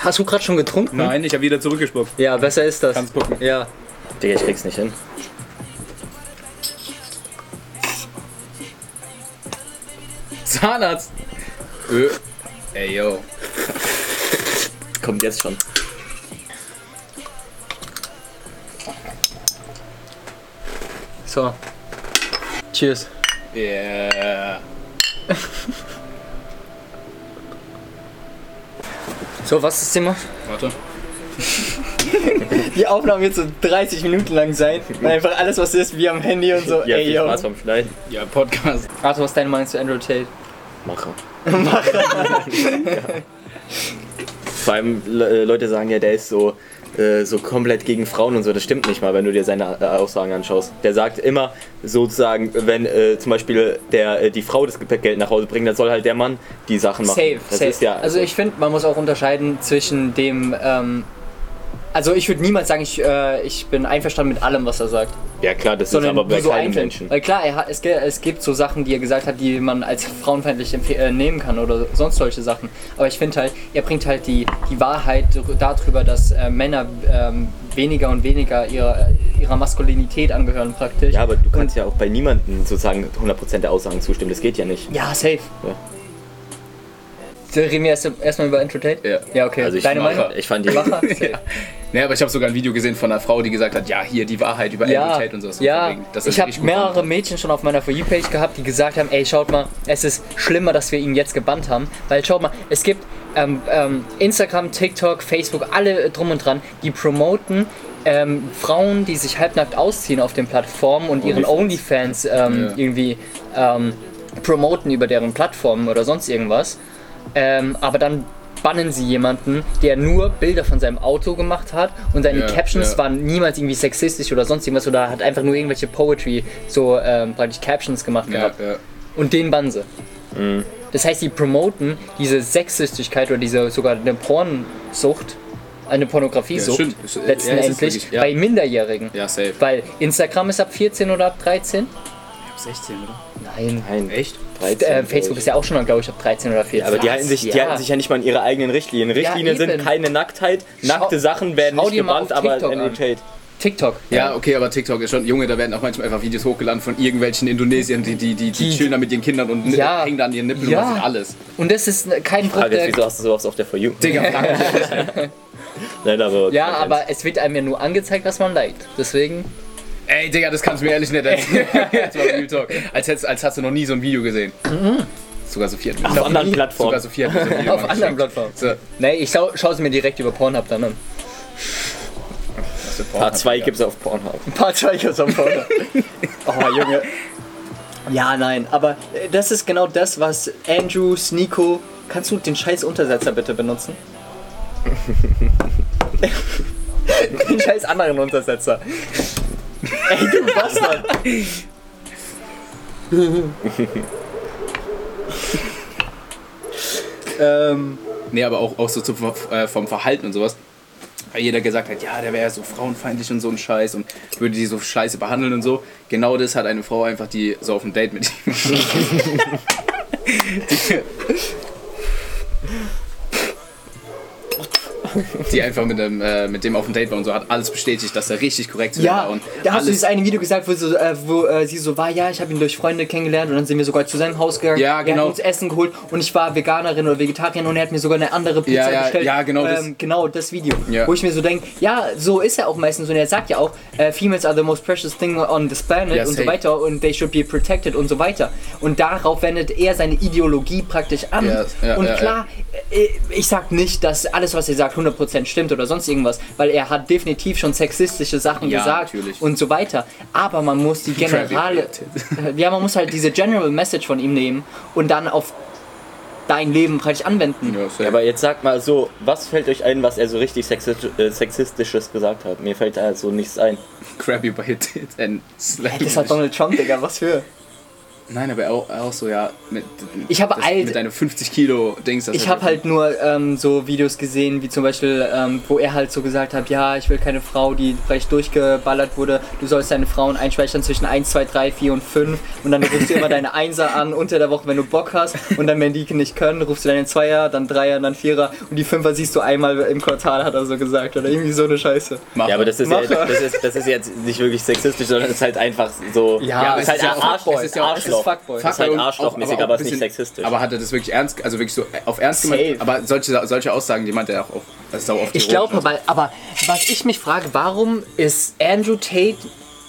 Hast du gerade schon getrunken? Nein, ich habe wieder zurückgespuckt. Ja, besser ist das. Kannst gucken. Ja. Digga, ich krieg's nicht hin. Zahnarzt. Ö. Ey, yo. Kommt jetzt schon. So. Cheers. Yeah. So, was ist das Thema? Warte. Die Aufnahme wird so 30 Minuten lang sein. Einfach alles, was ist, wie am Handy und so. Ja, Ey, viel yo. Spaß beim Schneiden. Ja, Podcast. Arthur, was ist deine Meinung zu Andrew Tate? Macher. Macher. Vor allem Le- äh, Leute sagen ja, der ist so, äh, so komplett gegen Frauen und so. Das stimmt nicht mal, wenn du dir seine äh, Aussagen anschaust. Der sagt immer sozusagen, wenn äh, zum Beispiel der, äh, die Frau das Gepäckgeld nach Hause bringt, dann soll halt der Mann die Sachen machen. Safe, das safe. Ist ja, also ich finde, man muss auch unterscheiden zwischen dem. Ähm, also ich würde niemals sagen, ich, äh, ich bin einverstanden mit allem, was er sagt. ja klar, das ist Sondern aber bei nur so keinem einzeln. Menschen. Weil klar, er hat, es, ge- es gibt so Sachen, die er gesagt hat, die man als frauenfeindlich empfe- äh, nehmen kann oder sonst solche Sachen. Aber ich finde halt, er bringt halt die, die Wahrheit dr- darüber, dass äh, Männer ähm, weniger und weniger ihrer, ihrer Maskulinität angehören praktisch. Ja, aber du kannst ja auch bei niemandem sozusagen 100% der Aussagen zustimmen. Das geht ja nicht. Ja, safe. Ja. So, Reden wir erst- erstmal über Entertainment? Ja. Ja, okay. Also ich, Deine fand- Meinung? ich fand die. Macher? Safe. Ne, aber ich habe sogar ein Video gesehen von einer Frau, die gesagt hat, ja, hier die Wahrheit über Ja, Andrew Tate und sowas. ja. Das ist ich habe richtig gut. mehrere Mädchen schon auf meiner For You-Page gehabt, die gesagt haben, ey, schaut mal, es ist schlimmer, dass wir ihn jetzt gebannt haben. Weil schaut mal, es gibt ähm, ähm, Instagram, TikTok, Facebook, alle drum und dran, die promoten ähm, Frauen, die sich halbnackt ausziehen auf den Plattformen und ihren Onlyfans ähm, Ja. irgendwie ähm, promoten über deren Plattformen oder sonst irgendwas. Ähm, aber dann bannen sie jemanden, der nur Bilder von seinem Auto gemacht hat und seine Ja, Captions ja. waren niemals irgendwie sexistisch oder sonst irgendwas oder hat einfach nur irgendwelche Poetry, so ähm, praktisch Captions gemacht Ja, gehabt. ja. Und den bannen sie. Das heißt, sie promoten diese Sexistigkeit oder diese sogar eine Pornsucht, eine Ja, Pornografiesucht stimmt. Das ist- letzten ja, das ist Endlich wirklich- ja. bei Minderjährigen. ja, safe. Weil Instagram ist ab 14 oder ab 13? 16, oder? Nein. Nein, Echt? 13, Äh, glaub Facebook ich. ist ja auch schon, glaube ich, ab 13 oder 14. Aber die halten, sich, die Ja. halten sich ja nicht mal an ihre eigenen Richtlinien. Richtlinien sind eben. keine Nacktheit, nackte Sachen werden schau nicht dir mal auf gebannt, aber TikTok Andrew an. Tate. TikTok. Ja, okay, aber TikTok ist schon, Junge, da werden auch manchmal einfach Videos hochgeladen von irgendwelchen Indonesiern, die, die, die, die Die- chillen da mit ihren Kindern und ni- Ja. hängen da an ihren Nippeln Ja. und machen alles. Und das ist kein Bruch Frage ist, der wieso hast du sowas auf der For You? Digga, danke. Nein, aber Ja, aber es wird einem ja nur angezeigt, was man liked. Deswegen. Ey, Digga, das kannst du mir ehrlich nicht erzählen. Jetzt mal Real Talk. Als, hättest, als hast du noch nie so ein Video gesehen. Sogar Sophie hat mir Auf anderen Sogar Plattformen. Sophie hat mir so ein Video Auf mal anderen geschickt. Mhm. Plattformen. So, Nee, ich schau, schau's mir direkt über Pornhub dann an. was für Porn Part 2 Digga. Ah, gibt's auf Pornhub. Ein paar Zeichen am Pornhub. oh, Junge. Ja, nein, aber äh, das ist genau das, was Andrew, Nico. Kannst du den scheiß Untersetzer bitte benutzen? den scheiß anderen Untersetzer. Ey, du Bastard. ähm. Nee, aber auch, auch so zum, Ver- äh, vom Verhalten und sowas. Weil jeder gesagt hat, ja, der wäre so frauenfeindlich und so ein Scheiß und würde die so scheiße behandeln und so. Genau das hat eine Frau einfach, die so auf ein Date mit ihm. die, die einfach mit dem, äh, mit dem auf dem Date war und so hat alles bestätigt, dass er richtig korrekt zu ihr Ja, war und da hast du alles. dieses eine Video gesagt, wo, so, äh, wo äh, sie so war, ja, ich habe ihn durch Freunde kennengelernt und dann sind wir sogar zu seinem Haus gegangen, Ja, wir genau. haben uns Essen geholt und ich war Veganerin oder Vegetarierin und er hat mir sogar eine andere Pizza Ja, ja, bestellt. ja, genau das. ähm, genau das Video, Ja. wo ich mir so denke, ja, so ist er auch meistens und er sagt ja auch, äh, Females are the most precious thing on this planet Ja, und so safe. weiter und they should be protected und so weiter und darauf wendet er seine Ideologie praktisch an Ja, ja, und ja, klar, äh, ich sag nicht, dass alles, was er sagt, 100% stimmt oder sonst irgendwas, weil er hat definitiv schon sexistische Sachen Ja, gesagt natürlich. und so weiter. Aber man muss die generale, ja, man muss halt diese General Message von ihm nehmen und dann auf dein Leben praktisch anwenden. Ja, safe. Aber jetzt sagt mal so, was fällt euch ein, was er so richtig sexistisch, äh, sexistisches gesagt hat? Mir fällt da so nichts ein. grab you by your tits and slap Das war Donald Trump, Digga, was für. Nein, aber auch, auch so, ja, mit, Ich habe das- alt- mit deinem 50 Kilo Dings. das Ich hat- habe halt nur ähm, so Videos gesehen, wie zum Beispiel, ähm, wo er halt so gesagt hat, ja, ich will keine Frau, die vielleicht durchgeballert wurde. Du sollst deine Frauen einspeichern zwischen 1, 2, 3, 4 und 5 und dann rufst du immer deine Einser an unter der Woche, wenn du Bock hast und dann, wenn die nicht können, rufst du deine Zweier, dann Dreier, dann Vierer und die Fünfer siehst du einmal im Quartal, hat er so gesagt oder irgendwie so eine Scheiße. Mach. Ja, aber das ist, ja, Mache. das, ist, das ist jetzt nicht wirklich sexistisch, sondern es ist halt einfach so. Ja, es es ist halt ist ja auch Fuckboy. Arschloch. Es ist ja auch Es ist Arschloch. Fuckboy. Es ist halt Fuckboy und Arschlochmäßig, auch- aber es ist ein nicht bisschen- sexistisch. Aber hat er das wirklich ernst, also wirklich so auf ernst gemeint? Safe. Aber solche, solche Aussagen, die meint er auch auf, ne? das ist auch oft Ich ironisch. glaube, aber, aber was ich mich frage, warum ist Andrew Tate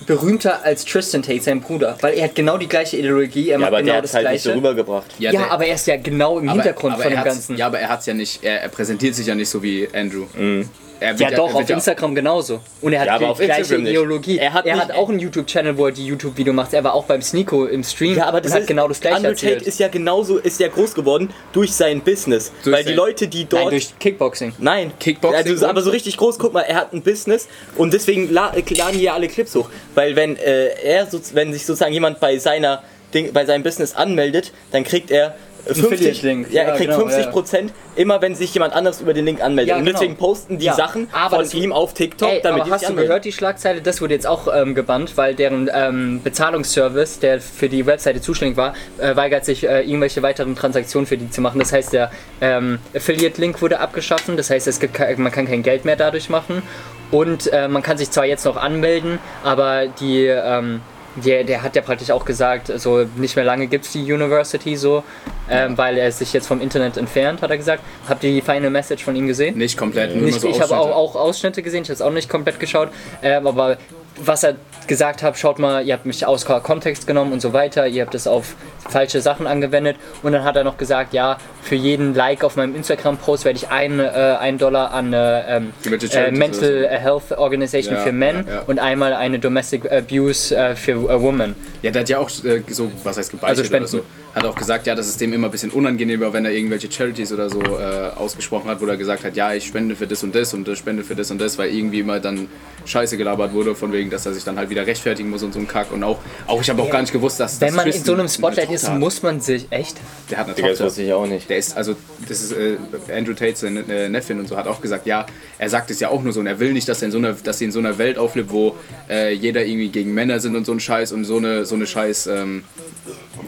berühmter als Tristan Tate, sein Bruder? Weil er hat genau die gleiche Ideologie, er ja, macht aber genau der hat das es halt nicht gleiche. so rübergebracht. Ja, ja, der- aber er ist ja genau im aber- Hintergrund aber von er dem hat's- Ganzen. Ja, aber er hat's ja nicht, er, er präsentiert sich ja nicht so wie Andrew. Mhm. Er wird Ja, doch, er wird auf Instagram genauso. Und er hat Ja, aber die auf gleiche Instagram nicht. Ideologie. Er Er hat hat, nicht- auch einen YouTube-Channel, wo er die YouTube-Video macht. Er war auch beim Sneeko im Stream und hat genau das gleiche Andrew erzählt. Tate ist ja genauso, ist ja groß geworden durch sein Business. Durch weil die sein- Leute, die dort. Nein, durch Kickboxing. Nein, Kickboxing Also, und- aber so richtig groß, guck mal, er hat ein Business und deswegen la äh, laden die ja alle Clips hoch. Weil wenn äh, er so, wenn sich sozusagen jemand bei seiner Ding, bei seinem Business anmeldet, dann kriegt er äh, 50, Affiliate-Link. ja, er Ja, kriegt genau, 50 Prozent immer, wenn sich jemand anderes über den Link anmeldet. Ja, und genau. deswegen posten die Ja, Sachen aber von das- ihm auf TikTok, Ey, damit aber die hast sich du anmelden. gehört die Schlagzeile? Das wurde jetzt auch ähm, gebannt, weil deren ähm, Bezahlungsservice, der für die Webseite zuständig war, äh, weigert sich, äh, irgendwelche weiteren Transaktionen für die zu machen. Das heißt, der ähm, Affiliate-Link wurde abgeschaffen. Das heißt, es gibt, ke- man kann kein Geld mehr dadurch machen. Und äh, man kann sich zwar jetzt noch anmelden, aber die, ähm, der, der hat ja praktisch auch gesagt, so nicht mehr lange gibt es die University so, ähm, weil er sich jetzt vom Internet entfernt, hat er gesagt. Habt ihr die Final Message von ihm gesehen? nicht komplett, nur Nicht, so ich habe auch, Ausschnitte. auch Ausschnitte gesehen, ich habe es auch nicht komplett geschaut, ähm, aber was er gesagt hat, schaut mal, ihr habt mich aus Kontext genommen und so weiter, ihr habt es auf falsche Sachen angewendet und dann hat er noch gesagt, ja, für jeden Like auf meinem Instagram-Post werde ich einen äh, einen Dollar an äh, ähm, Mental äh, Charities Mental oder Health Organization Ja, für Men ja, ja. und einmal eine Domestic Abuse äh, für äh, Women. Ja, der hat ja auch äh, so, was heißt gebeichtet Also Spenden. oder so. Hat auch gesagt, ja, das ist dem immer ein bisschen unangenehmer, wenn er irgendwelche Charities oder so äh, ausgesprochen hat, wo er gesagt hat, ja, ich spende für das und das und das spende für das und das, weil irgendwie immer dann Scheiße gelabert wurde, von wegen, dass er sich dann halt wieder rechtfertigen muss und so ein Kack. Und auch, auch ich habe auch gar nicht gewusst, dass Wenn dass man in Tristan so einem eine Spotlight Tochter ist, hat. muss man sich echt. Der hat eine Digga, das Tochter. wusste ich auch nicht. Der ist, also, das ist, äh, Andrew Tate, seine äh, Neffin und so, hat auch gesagt, ja, er sagt es ja auch nur so und er will nicht, dass er in so einer, dass sie in so einer Welt auflebt, wo äh, jeder irgendwie gegen Männer sind und so ein Scheiß und so eine, so eine Scheiß, ähm,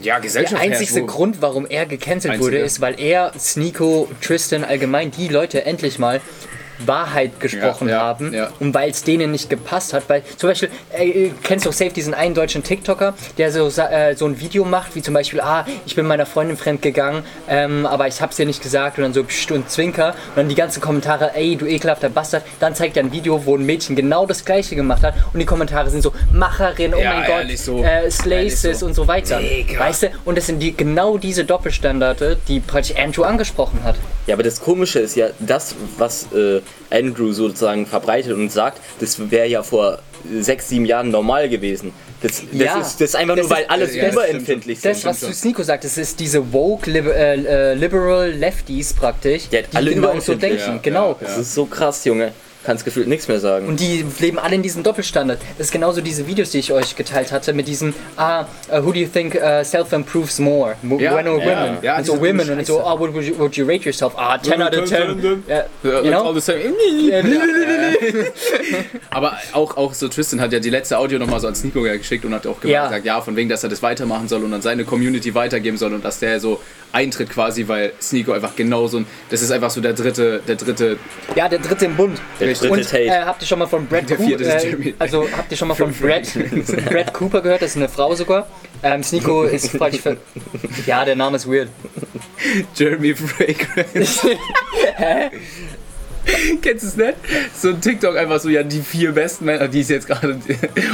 ja, Der Gesellschaft einzigste herrscht, wo- Grund, warum er gecancelt wurde, Einziger. ist, weil er, Sneeko, Tristan, allgemein die Leute endlich mal Wahrheit gesprochen Ja, ja, haben ja. und weil es denen nicht gepasst hat. Weil zum Beispiel, äh, kennst du auch safe diesen einen deutschen TikToker, der so, sa- äh, so ein Video macht, wie zum Beispiel, ah, ich bin meiner Freundin fremd gegangen, ähm, aber ich hab's dir nicht gesagt und dann so pst und zwinker und dann die ganzen Kommentare, ey, du ekelhafter Bastard. Dann zeigt er ein Video, wo ein Mädchen genau das gleiche gemacht hat und die Kommentare sind so, Macherin, oh Ja, mein Gott, ehrlich so. äh, Slaces Ehrlich so. und so weiter. Weißt du, und das sind die, genau diese Doppelstandarte, die praktisch Andrew angesprochen hat. Ja, aber das Komische ist ja, das, was äh, Andrew sozusagen verbreitet und sagt, das wäre ja vor sechs, sieben Jahren normal gewesen. Das, das, Ja. ist, das ist einfach Das nur, weil ist- alles ja, das stimmt überempfindlich Das, sind. was du Sneeko sagt, das ist diese woke lib äh, äh, liberal lefties praktisch, Ja, alle die genau so überempfindlich. denken, Ja, genau. ja, ja. Das ist so krass, Junge. Kannst gefühlt nichts mehr sagen. Und die leben alle in diesem Doppelstandard. Das ist genauso diese Videos, die ich euch geteilt hatte, mit diesem, ah, uh, who do you think uh, self-improves more? Mo- Ja, when or ja, women? ja, und so diese women und so, Scheiße. ah, what would you, would you rate yourself? Ah, 10 out of 10. Ja, Ja, you it's know? Äh, all the same. Aber auch, auch so Tristan hat ja die letzte Audio nochmal so an Nico geschickt und hat auch Ja. gesagt, ja, von wegen, dass er das weitermachen soll und an seine Community weitergeben soll und dass der so eintritt quasi, weil Sneeko einfach genauso ein, das ist einfach so der dritte, der dritte Ja, der dritte im Bund. Der dritte und, Tate. Äh, habt ihr schon mal von Brad Der Cooper vierte ist äh, Jimmy. Also habt ihr schon mal von Brad, Brad Cooper gehört? Das ist eine Frau sogar. Ähm, Sneeko ist praktisch für, Ja, der Name ist weird. Jeremy Fragrance. Kennst du es nicht? So ein TikTok einfach so, ja, die vier besten Männer, die es jetzt gerade,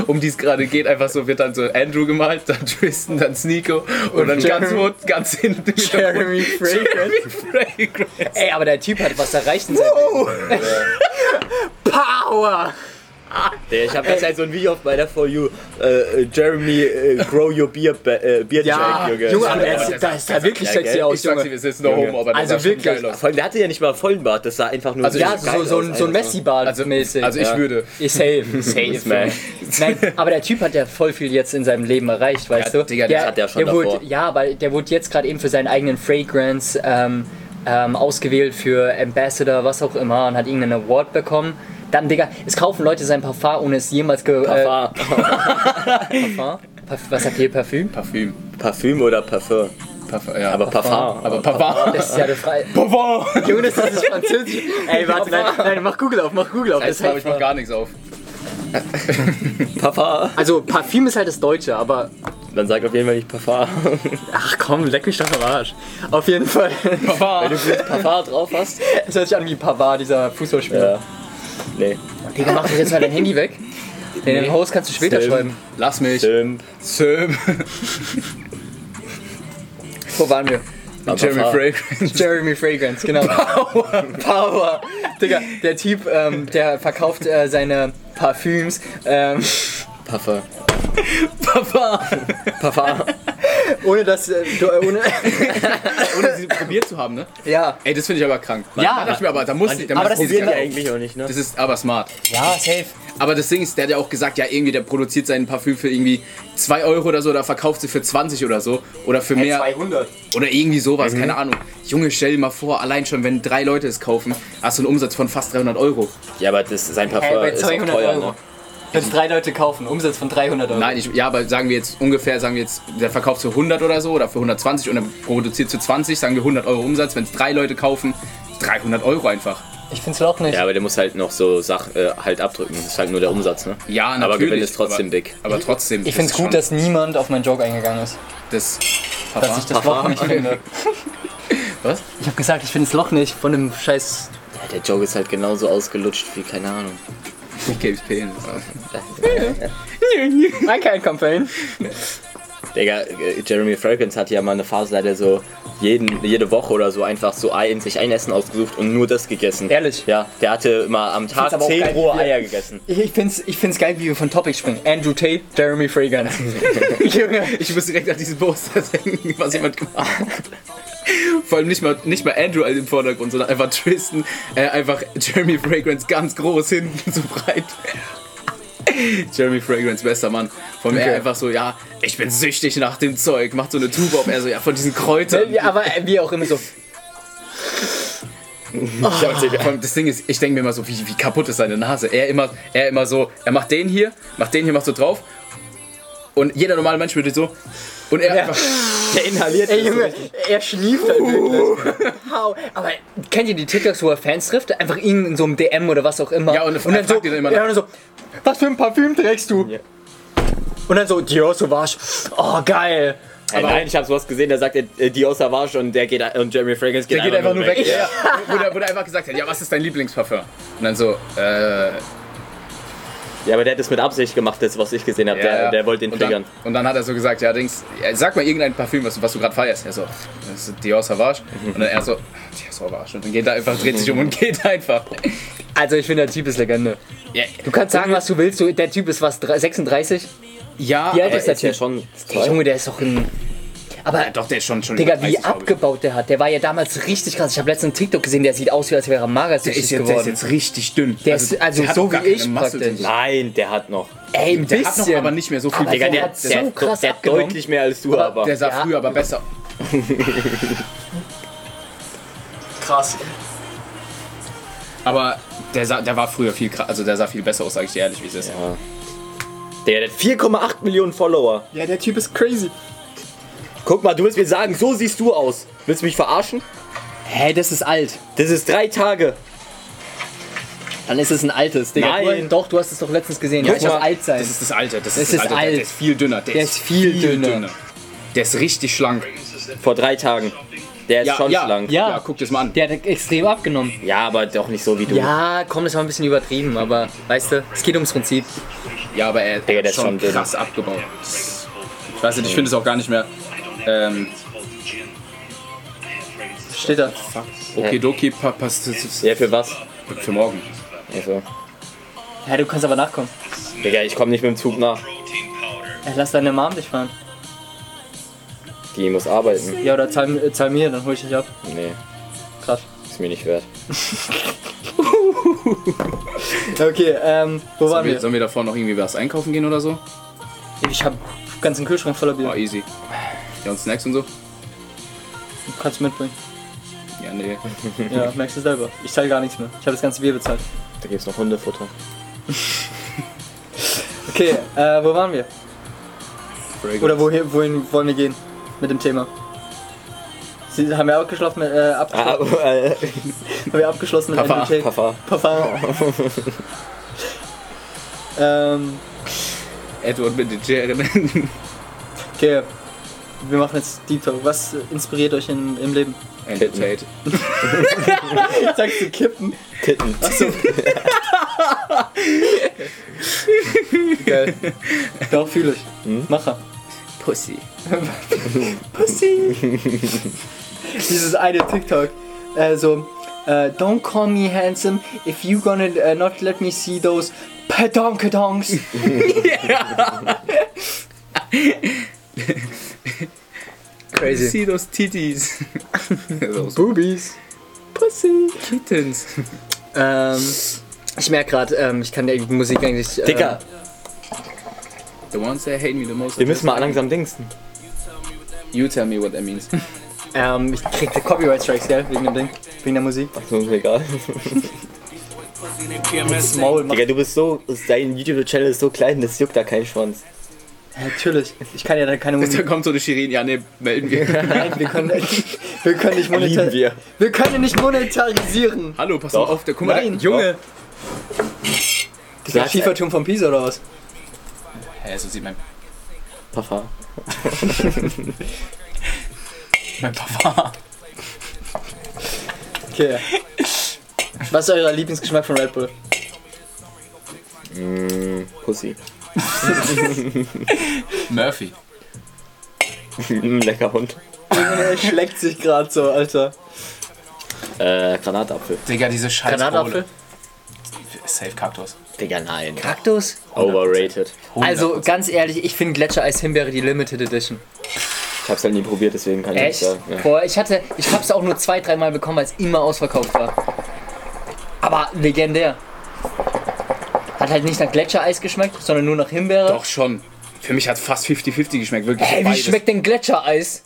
um die es gerade geht, einfach so wird dann so Andrew gemalt, dann Tristan, dann Sneeko und, dann ganz Jeremy- rot, ganz hinten. wieder Jeremy rot. Fragrance. Jeremy Fragrance. Ey, aber der Typ hat was erreicht in seinem Leben. Power! Ja, ich habe jetzt halt so ein Video auf meiner For You. Äh, Jeremy, äh, grow your beard, ba- äh, beard Ja, Jack, Junge. Junge, Das aber war- der sieht, da ist er wirklich Ja, sexy gell? Ich aus, sag's Oh, Junge. dir, wir sitzen noch oben, aber das Also sah schon wirklich. geil aus. Vor allem, der hatte ja nicht mal vollen Bart, das sah einfach nur Also Ja, ich- so, so, ein- so ein Messi-Ball Also- mäßig. also ich ja. würde. Ist safe, safe. Man. Nein, aber der Typ hat ja voll viel jetzt in seinem Leben erreicht, weißt Ja, du? Digga, das der hat der schon wurde, davor. Ja, weil der wurde jetzt gerade eben für seinen eigenen Fragrance ähm, ähm, ausgewählt, für Ambassador, was auch immer, und hat irgendeinen Award bekommen. Dann, Digga, es kaufen Leute sein Parfum, ohne es jemals ge... Äh, Parfum. Parfum? Parf- was sagt ihr, Parfüm? Parfüm. Parfüm oder Parfum? Parfum, ja. Aber Parfum. Aber Parfum. Das ist ja eine Frage. Parfum! Junge, das ist französisch. Ey, warte, nein, nein, mach Google auf, mach Google auf. Jetzt Das heißt- glaube ich, mach gar nichts auf. Parfum. also, Parfüm ist halt das Deutsche, aber Dann sag auf jeden Fall nicht Parfum. Ach komm, leck mich doch am Arsch. Auf jeden Fall. Wenn Parfum! du gutes Parfum drauf hast. Das hört sich an wie Pavard, dieser Fußballspieler. Ja. Nee. Digga, mach doch jetzt mal dein Handy weg. Den nee. Host kannst du später Sim. schreiben. Lass mich. Stimmt. Sim. Wo waren wir? Jeremy Parfum. Fragrance. Jeremy Fragrance, genau. Power! Power! Digga, der Typ, ähm, der verkauft äh, seine Parfüms. Ähm, Parfum. Pavard! Parfum. Ohne dass. Äh, du, äh, ohne, Ohne sie probiert zu haben, ne? ja. Ey, das finde ich aber krank. Ja. da dachte ich mir, aber da muss ich. Da Aber muss das ich- ist Probieren genau- die eigentlich auch nicht, ne? Das ist aber smart. Ja, safe. Aber das Ding ist, der hat ja auch gesagt, ja, irgendwie, der produziert sein Parfüm für irgendwie 2 Euro oder so oder verkauft sie für 20 oder so. Oder für mehr. 200. Oder irgendwie Mhm. sowas, keine Ahnung. Junge, stell dir mal vor, allein schon, wenn drei Leute es kaufen, hast du einen Umsatz von fast 300 Euro. Ja, aber das ist ein Parfum. Ey, bei ist auch 200 teuer, Euro. Ne? Wenn drei Leute kaufen, Umsatz von 300 Euro. Nein, ich, ja, aber sagen wir jetzt ungefähr, sagen wir jetzt, der verkauft für 100 oder so oder für 120 und er produziert zu 20, sagen wir 100 Euro Umsatz. Wenn es drei Leute kaufen, 300 Euro einfach. Ich find's auch nicht. Ja, aber der muss halt noch so Sach äh, halt abdrücken. Das ist halt nur der Umsatz, ne? Ja, natürlich. Aber Gewinn ist trotzdem aber, big. Aber trotzdem. Ich find's das ist gut, schon- dass niemand auf meinen Joke eingegangen ist. das. Dass ich das Loch nicht finde. Was? Ich habe gesagt, ich finde das Loch nicht von dem scheiß. Ja, der Joke ist halt genauso ausgelutscht wie, keine Ahnung. Ich geb's Pillen. I can't complain. Digga, äh, Jeremy Fragrance hatte ja mal eine Phase, da hat er so jeden, jede Woche oder so einfach so Ei sich ein Essen ausgesucht und nur das gegessen. Ehrlich? Ja, der hatte mal am Tag aber auch 10 geil. rohe Ja. Eier gegessen. Ich, ich, find's, ich find's geil, wie wir von Topic springen. Andrew Tate, Jeremy Fragrance. Junge. Ich muss direkt an diesen Poster denken, was jemand gemacht hat. Vor allem nicht mal, nicht mal Andrew im Vordergrund, sondern einfach Tristan, äh, einfach Jeremy Fragrance ganz groß hinten so breit. Jeremy Fragrance, bester Mann. Von mir Okay. einfach so, ja, ich bin süchtig nach dem Zeug, macht so eine Tube auf, er so, ja, von diesen Kräutern. Ja, aber äh, wie auch immer so. Vor allem Ah, Das Ding ist, ich denke mir immer so, wie, wie kaputt ist seine Nase. Er immer, er immer so, er macht den hier, macht den hier, macht so drauf. Und jeder normale Mensch würde so. Und er einfach. Der inhaliert Ey, Junge, er schnieft halt wirklich. Hau. Aber kennt ihr die TikToks, wo er Fans trifft? Einfach ihn in so einem DM oder was auch immer. Ja, und dann er so, fragt ihn dann immer ja, nach. und so, was für ein Parfüm trägst du? Ja. Und dann so, Dior Sauvage. Oh, geil. Ey, nein, ich habe sowas gesehen, da sagt er, äh, Dior Savage und der geht und Jeremy Fragrance geht, Der geht einfach nur weg. Ja. Ja. Wo, der, wo der einfach gesagt hat, ja, was ist dein Lieblingsparfüm? Und dann so, äh, ja, aber der hat das mit Absicht gemacht, das was ich gesehen habe. der, der wollte ihn und dann, triggern. und dann hat er so gesagt, ja, Dings, ja, sag mal irgendein Parfüm, was, was du gerade feierst. Er so, das ist Dior Sauvage. Und dann er so, ah, Dior Sauvage. Und dann geht er einfach, dreht sich um und geht einfach. Also, ich finde, der Typ ist Legende. Ja, Du kannst sagen, was du willst. Du, der Typ ist was, drei- 36? ja, Wie alt aber- ist der ja Typ? schon Der Junge, der ist doch ein. Aber, doch, der ist schon, schon Digga, über wie 30, glaub ich. abgebaut der hat. Der war ja damals richtig krass. Ich habe letztens einen TikTok gesehen, der sieht aus, wie als wäre er Der magersüchtig ist, jetzt, der ist geworden. jetzt richtig dünn. Der ist- also hat so auch gar wie keine ich Muscle praktisch. drin. Nein, der hat noch. Ey, ein Der hat noch bisschen. aber nicht mehr so viel. Aber Digga, Also der der, hat so der, krass der hat abgenommen. deutlich mehr als du, aber. der sah Ja. früher aber besser. krass. Aber der, sah, der war früher viel, kra- also der sah viel besser aus, sag ich dir ehrlich, wie es ist. der hat 4,8 Millionen Follower. Ja, der Typ ist crazy. Guck mal, du willst mir sagen, so siehst du aus. Willst du mich verarschen? Hä, das ist alt. Das ist drei Tage. Dann ist es ein altes, Digga. Nein. Du, doch, du hast es doch letztens gesehen. Ja, das guck muss mal, alt sein. Das ist das Alte. Das, Das ist das ist Alte. Der- alt. Der ist viel dünner. Der ist viel dünner. Der ist richtig schlank. Vor drei Tagen. Der ist Ja, schon ja. schlank. ja. Ja, guck dir's mal an. Der hat extrem abgenommen. Ja, aber doch nicht so wie du. Ja, komm, das war ein bisschen übertrieben, aber weißt du, es geht ums Prinzip. Ja, aber er Digga, hat der ist schon schon dünn. krass abgebaut. Ich weiß nicht, ich finde es auch gar nicht mehr. Ähm, Steht da. Okidoki passt Ja, für was? für morgen. Also, Ja, du kannst aber nachkommen. Digga, ich komme nicht mit dem Zug nach. Ja, lass deine Mom dich fahren. Die muss arbeiten. Ja, oder zahl, äh, zahl mir, dann hol ich dich ab. Nee, Krass. ist mir nicht wert. Okay, ähm, wo waren Sollen wir, wir? sollen wir davor noch irgendwie was einkaufen gehen oder so? Ich hab ganzen Kühlschrank voller Bier. Oh, easy. Ja, und Snacks und so? Kannst du mitbringen. Ja, nee. Ja, merkst du selber. Ich zahle gar nichts mehr. Ich habe das ganze Bier bezahlt. Da gibt's noch Hundefutter. Okay, äh, wo waren wir? Very good. Oder wohin, wohin wollen wir gehen mit dem Thema? Sie haben ja abgeschlossen mit, äh, Ah, abgeschlossen, äh, haben wir abgeschlossen mit Papa, NDT. Papa. Papa. ähm, Edward mit den Scheren. okay. Wir machen jetzt Deep Talk. Was inspiriert euch im, im Leben? And Kitten. Tate. Sagst du Kippen? Titten. Geil. Doch, fühle ich. Macher. Pussy. Pussy. Dieses eine TikTok. Äh, so, äh, don't call me handsome if you gonna äh, not let me see those pedonkadonks. Crazy. See those titties. Those Boobies. Pussy. Kittens. Ähm, ich merke gerade, ähm, ich kann die Musik eigentlich. Äh, Dicker, The ones that hate me the most. wir müssen mal langsam dingsen. You tell me what that means. Ähm, ich krieg Copyright Strikes, gell? Wegen dem Ding. Wegen der Musik. Ist uns egal. Das Maul macht. Digga, du bist so, dein YouTube-Channel ist so klein, das juckt da keinen Schwanz. Natürlich. Ich kann ja da keine da Musik. kommt so eine Schirin. Ja, nee, melden wir. Nein, wir können, wir können nicht Lieben monetarisieren. wir. Wir können ihn nicht monetarisieren. Hallo, pass Doch. mal auf. Der, guck mal, Nein. der Junge. Der Schieferturm von Pisa oder was? Hä, so sieht mein, Papa. mein Papa. Okay. Was ist euer Lieblingsgeschmack von Red Bull? Pussy. Murphy. Mm, lecker Hund. Er schlägt sich gerade so, Alter. Äh, Granatapfel. Digga, diese scheiß Granatapfel? Kohle. Safe Kaktus. Digga, nein. Kaktus? Overrated. Also ganz ehrlich, ich finde Gletschereis Himbeere die Limited Edition. Ich hab's halt nie probiert, deswegen kann Echt? ich nicht sagen. Ja. Boah, ich hatte, ich hab's auch nur zwei, dreimal bekommen, weil es immer ausverkauft war. Aber legendär. Hat halt nicht nach Gletschereis geschmeckt, sondern nur nach Himbeere. Doch schon. Für mich hat fast 50-50 geschmeckt, wirklich. Ey, wie Beides. schmeckt denn Gletschereis?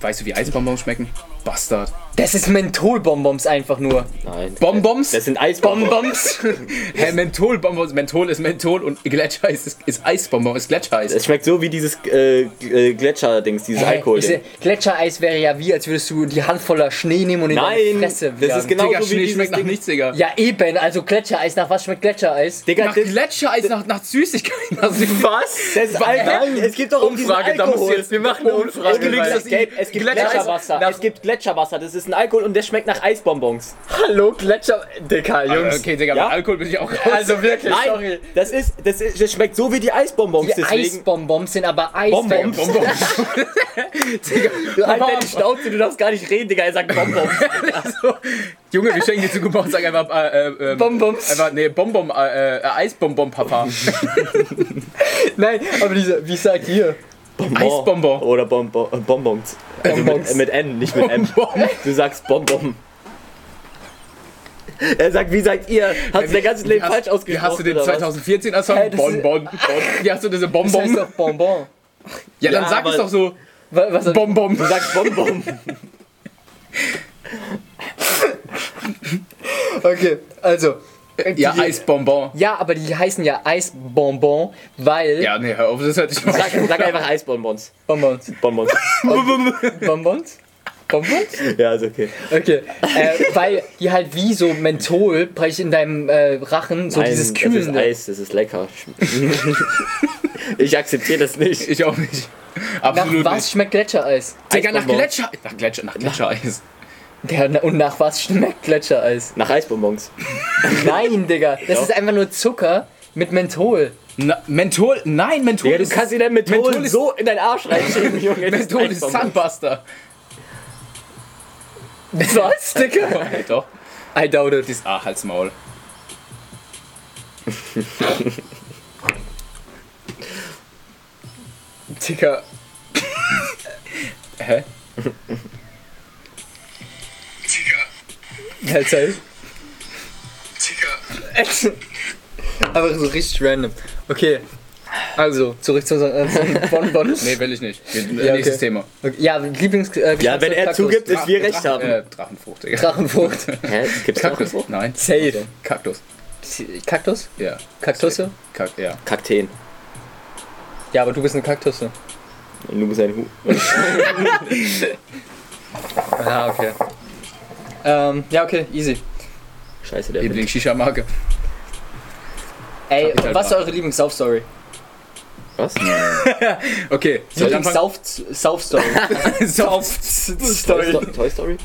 Weißt du, wie Eisbonbons schmecken? Bastard. Das ist Mentholbonbons einfach nur. Nein. Bonbons? Das sind Eisbomben. Bonbons? Hä, Mentholbonbons. Menthol ist Menthol und Gletschereis ist, ist Eisbonbon, ist Gletschereis. Es schmeckt so wie dieses äh, äh, Gletscher-Dings, dieses Hä, Alkohol. diese Gletschereis wäre ja wie, als würdest du die Hand voller Schnee nehmen und in deine Nein, das Fresse werfen. ist genau Digga, so wie Schnee dieses schmeckt nach Ding. nichts, Digga. Ja, eben. Also Gletschereis. Nach was schmeckt Gletschereis? Digga, Nach das, Gletschereis, nach, nach Süßigkeiten. Also, Was? das ist Alkohol. Es gibt doch um diesen Umfrage, da musst du Alkohol. jetzt- Wir machen eine Umfrage. Es gibt, weil- es gibt, es gibt Gletschereis- Gletscherwasser. nach- es gibt Gletscherwasser. Das ist ein Alkohol und der schmeckt nach Eisbonbons. Hallo, Gletscher. Dicker, Jungs. okay, Digga, Ja? mit Alkohol bin ich auch raus. Also wirklich, Nein, sorry. das ist, das ist, das schmeckt so wie die Eisbonbons. Die deswegen. Eisbonbons sind aber Eis. Bonbons. Bonbons. Du halt deine Schnauze, du darfst gar nicht reden, Digga. Er sagt Bonbons. Junge, wir schenken dir zu Geburtstag einfach äh, äh, äh, Bonbons. Einfach, nee, Bonbon, äh, äh, Eisbonbon, Papa. Nein, aber diese, wie sagt ihr? Eisbonbon. Oder Bonbon, äh, Bonbons. Also Bonbons. mit, mit N, nicht mit M. Bonbon. Du sagst Bonbon. Er sagt, wie sagt ihr? Hast du dein ganzes Wie Leben falsch hast, wie ausgesprochen? hast du den oder was? 2014 als Song? Hey, das ist- Bonbon, Bonbon. Wie hast du diese Das heißt doch Bonbon? Bonbon. Ja, dann Ja, sag es aber- doch so. Wa- Was Bonbon. Du sagst Bonbon. Okay, also. Ja, die- Eisbonbon. Ja, aber die heißen ja Eisbonbon, weil. Ja, nee, hör auf, das hört sich mal Sag, sag einfach Eisbonbons. Bonbons. Bonbons. Bonbons? Bonbons? Ja, ist okay. Okay, äh, weil die halt wie so Menthol praktisch in deinem äh, Rachen so Nein, dieses ne? das ist Kühlende. Eis, das ist lecker. ich akzeptiere das nicht. Ich auch nicht. Nach Absolut was nicht. schmeckt Gletschereis? Digga, nach Eisbonbon. Gletscher. Nach Gletscher, nach Gletschereis. Ja, na- und nach was schmeckt Gletschereis? Nach Eisbonbons. Nein, Digga, das ist einfach nur Zucker mit Menthol. Na, Menthol, nein, Menthol. Digga, du ist- kannst dir dann mit Menthol Menthol ist- so in deinen Arsch reinschieben, Junge. das Menthol ist Eisbonbon. Zahnpasta. Was, Digga? Doch. I doubt it. Ah, Das ist A, halt's Maul. Digga. Hä? Digga. Halt halt. Digga. Aber so richtig random. Okay. Also, zurück zu unseren äh, Bonbons. Nee, will ich nicht. Geht- okay. Nächstes Thema. Okay, ja, Lieblings. Äh, Ja, wenn er Kaktus. Ah, zugibt, ist wir recht haben. Äh, Drachenfrucht, Digga. Drachenfrucht. Hä? Gibt's Kaktus? Kaktus? Nein. Safe. Kaktus. Kaktus? Ja. Kaktusse? Kak ja. Kakteen. Ja, aber du bist eine Kaktusse. Und du bist ein Hu. Ah, okay. Ähm, ja, okay, easy. Scheiße, der Wind. Lieblings-Shisha-Marke. Ey, Hab ich halt was ist mal. eure Lieblings-Sauf-Story? Was? Okay, soll ich anfangen? Lieblings-Sauf-Story. Toy, Sauf-Story. Sto Toy Story?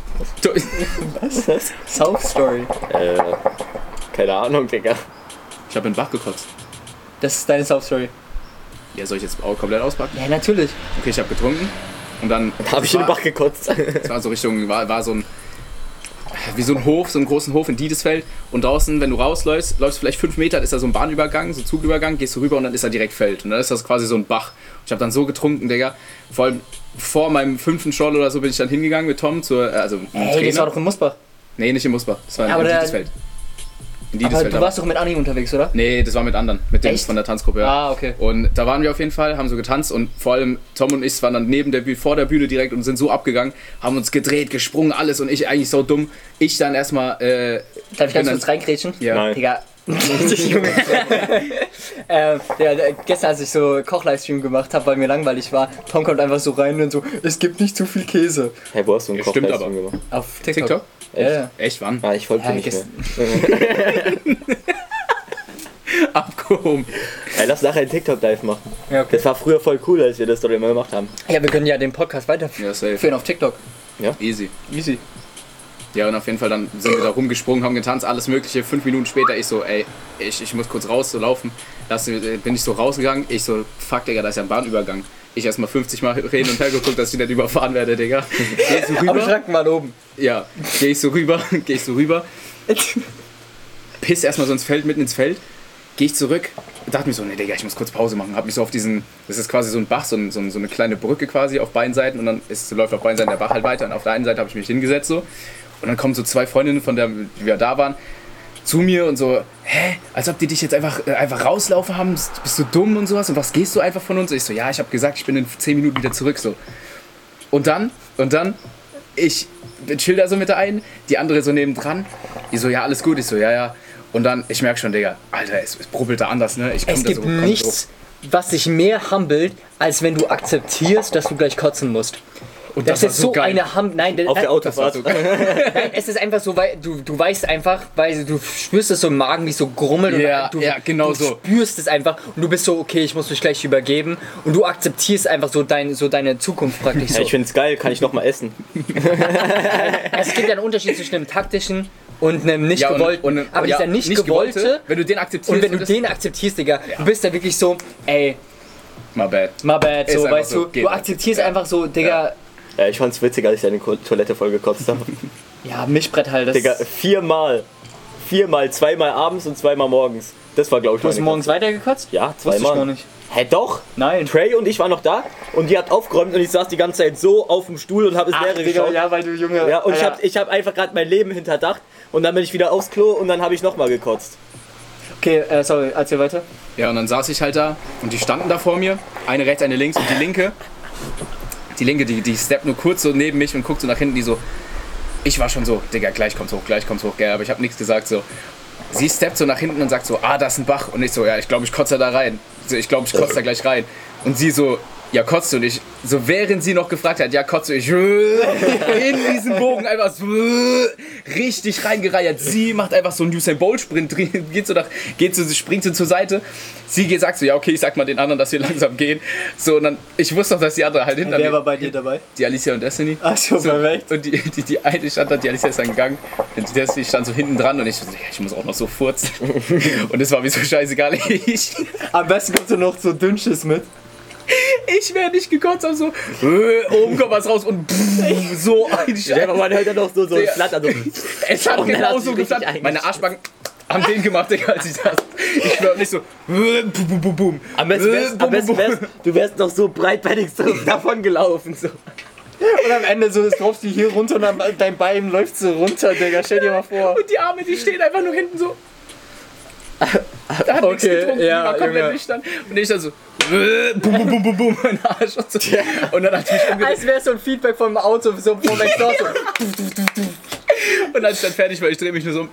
Sauf-Story. Äh, keine Ahnung, Digga. Ich habe in den Bach gekotzt. Das ist deine Sauf-Story. Ja, soll ich jetzt auch komplett auspacken? Ja, natürlich. Okay, ich habe getrunken und dann Hab ich in den Bach gekotzt? Es war so Richtung, war, war so ein, wie so ein Hof, so einen großen Hof in Dietesfeld. Und draußen, wenn du rausläufst, läufst vielleicht fünf Meter, dann ist da so ein Bahnübergang, so ein Zugübergang, gehst du rüber und dann ist da direkt Feld. Und dann ist das quasi so ein Bach. Und ich habe dann so getrunken, Digga. Vor allem vor meinem fünften Scholl oder so bin ich dann hingegangen mit Tom zur, äh, also mit dem Ey, das Trainer. war doch in Musbach. nee, nicht in Musbach, das war in, Aber in der- Dietesfeld. In Aber Dietesfeld. du aber- warst doch mit Anni unterwegs, oder? Nee, das war mit anderen, mit dem Echt? von der Tanzgruppe. Ja. Ah, okay. Und da waren wir auf jeden Fall, haben so getanzt und vor allem Tom und ich waren dann neben der Bühne, vor der Bühne direkt und sind so abgegangen, haben uns gedreht, gesprungen, alles und ich eigentlich so dumm. Ich dann erstmal, äh, Darf ich bin ganz dann- kurz reingrätschen? Ja. Nein. Digga. Junge. ähm, ja, da- gestern, als ich so Koch-Livestream gemacht habe, weil mir langweilig war, Tom kommt einfach so rein und so, es gibt nicht zu viel Käse. Hey, wo hast du einen Ja, Koch stimmt Leistung aber. gemacht? Auf TikTok. TikTok? Ja, ja. Echt, wann? Ah, ich folgte Ja, nicht mehr. gestern. Abgehoben. Ey, lass nachher einen TikTok-Live machen. Ja, okay. Das war früher voll cool, als wir das doch immer gemacht haben. Ja, wir können ja den Podcast weiterführen Ja, safe. auf TikTok. Easy. Easy. Ja, und auf jeden Fall dann sind wir da rumgesprungen, haben getanzt, alles Mögliche. Fünf Minuten später, ich so, ey, ich, ich muss kurz raus, so laufen. Lass, äh, bin ich so rausgegangen, ich so, fuck, Digga, da ist ja ein Bahnübergang. Ich erstmal 50 Mal hin und her geguckt, dass ich nicht überfahren werde, Digga. Gehst du Aber rüber? Schranken waren oben. Ja, geh ich so rüber, geh ich so rüber, piss erstmal so ins Feld, mitten ins Feld, gehe ich zurück, dachte mir so, nee, Digga, ich muss kurz Pause machen. Hab mich so auf diesen, das ist quasi so ein Bach, so, ein, so, ein, so eine kleine Brücke quasi auf beiden Seiten und dann ist, läuft auf beiden Seiten der Bach halt weiter und auf der einen Seite habe ich mich hingesetzt so. Und dann kommen so zwei Freundinnen, von der wir da waren, zu mir und so, hä, als ob die dich jetzt einfach, äh, einfach rauslaufen haben, bist du dumm und sowas und was gehst du einfach von uns? Ich so, ja, ich habe gesagt, ich bin in 10 Minuten wieder zurück so. Und dann, und dann, ich chill da so mit der einen, die andere so nebendran. Die so, ja, alles gut. Ich so, ja, ja. Und dann, ich merke schon, Digga, Alter, es, es brubbelt da anders, ne? Ich komm Es da gibt so, komm so. nichts, was dich mehr humbelt, als wenn du akzeptierst, dass du gleich kotzen musst. Und Das, war ist so geil. eine Hum... Nein, Auf der nein, Autofahrt. so nein, es ist einfach so, weil du, du weißt einfach, weil du spürst es so im Magen, wie es so grummelt. Ja, und du, ja, genau du so. spürst es einfach und du bist so, okay, ich muss mich gleich übergeben. Und du akzeptierst einfach so, dein, so deine Zukunft praktisch so. Ja, ich find's geil, kann ich nochmal essen. es gibt ja einen Unterschied zwischen einem taktischen und einem nicht ja, und, gewollten. und, aber ja, dieser nicht, gewollte... wenn du den akzeptierst, Und wenn du das- den akzeptierst, Digga, du bist da wirklich so, ey, My bad. my bad, Ist so, einfach weißt so, du, geht du nicht. akzeptierst Ja. einfach so, Digga, Ja, Äh, ich fand's witzig, als ich deine Ko- Toilette voll gekotzt habe. ja, Mischbrett halt, das Digga, viermal. Viermal, zweimal abends und zweimal morgens. Das war, glaube ich, Du hast meine morgens weitergekotzt? Kotze. Ja, zweimal. Wusste ich noch nicht. Hä, doch? Nein. Trey und ich waren noch da und ihr habt aufgeräumt und ich saß die ganze Zeit so auf dem Stuhl und habe ins Leere geschaut. Ja, ja, weil du Junge. und ich Alter. habe ich hab einfach gerade mein Leben hinterdacht und dann bin ich wieder aufs Klo und dann habe ich nochmal gekotzt. Okay, äh, sorry, erzähl weiter. Ja, und dann saß ich halt da und die standen da vor mir. Eine rechts, eine links und die linke. Die linke, die, die steppt nur kurz so neben mich und guckt so nach hinten, die so. Ich war schon so, Digga, gleich kommt's hoch, gleich kommt's hoch, gell, aber ich habe nichts gesagt so. Sie steppt so nach hinten und sagt so, ah, da ist ein Bach. Und ich so, ja, ich glaube, ich kotze da rein. So, ich glaube, ich kotze da gleich rein. Und sie so, ja, kotzt du nicht? So, während sie noch gefragt hat, ja, kotzt du? Ich in diesen Bogen einfach so richtig reingereiert. Sie macht einfach so einen Usain Bolt Sprint, geht so nach, geht so, springt so zur Seite. Sie geht, sagt so, ja, okay, ich sag mal den anderen, dass wir langsam gehen. So, und dann, ich wusste noch, dass die andere halt hinter mir, bei dir dabei? die Alicia und Destiny. Ach so, perfekt. Und die, die, die eine stand da, die Alicia ist dann gegangen. Und die Destiny stand so hinten dran und ich so, ja, ich muss auch noch so furzen. und es war mir so scheißegal. Ich, Am besten kommst du noch so Dünnschiss mit. ich wäre nicht gekotzt, aber so, äh, oben kommt was raus und pff, so ein Ja, aber man hört dann noch so, so ein Ja. Flatter. So. Es hat Und dann hat genau sie so richtig geklappt. Meine eingeschnitten. Arschbacken. haben den gemacht, Digga, als ich das. Ich schwör nicht so. äh, Boom, boom, boom, boom. Äh, Am besten wärst, am besten boom. wärst du wärst noch so breitbeinig so davon gelaufen. So. Und am Ende so, das tropft die hier runter und am- dein Bein läuft so runter, Digga. Stell dir mal vor. Und die Arme, die stehen einfach nur hinten so. Da hat nichts Okay, getrunken, ja, die war komplett Junge. nüchtern. Und ich dann so. äh, Bum, bum, bum, bum, bum, mein Arsch. Und, so. und dann hat mich umgedreht. Als wäre so ein Feedback vom Auto, so vor McDonalds. Und als ich dann fertig war, ich drehe mich nur so um.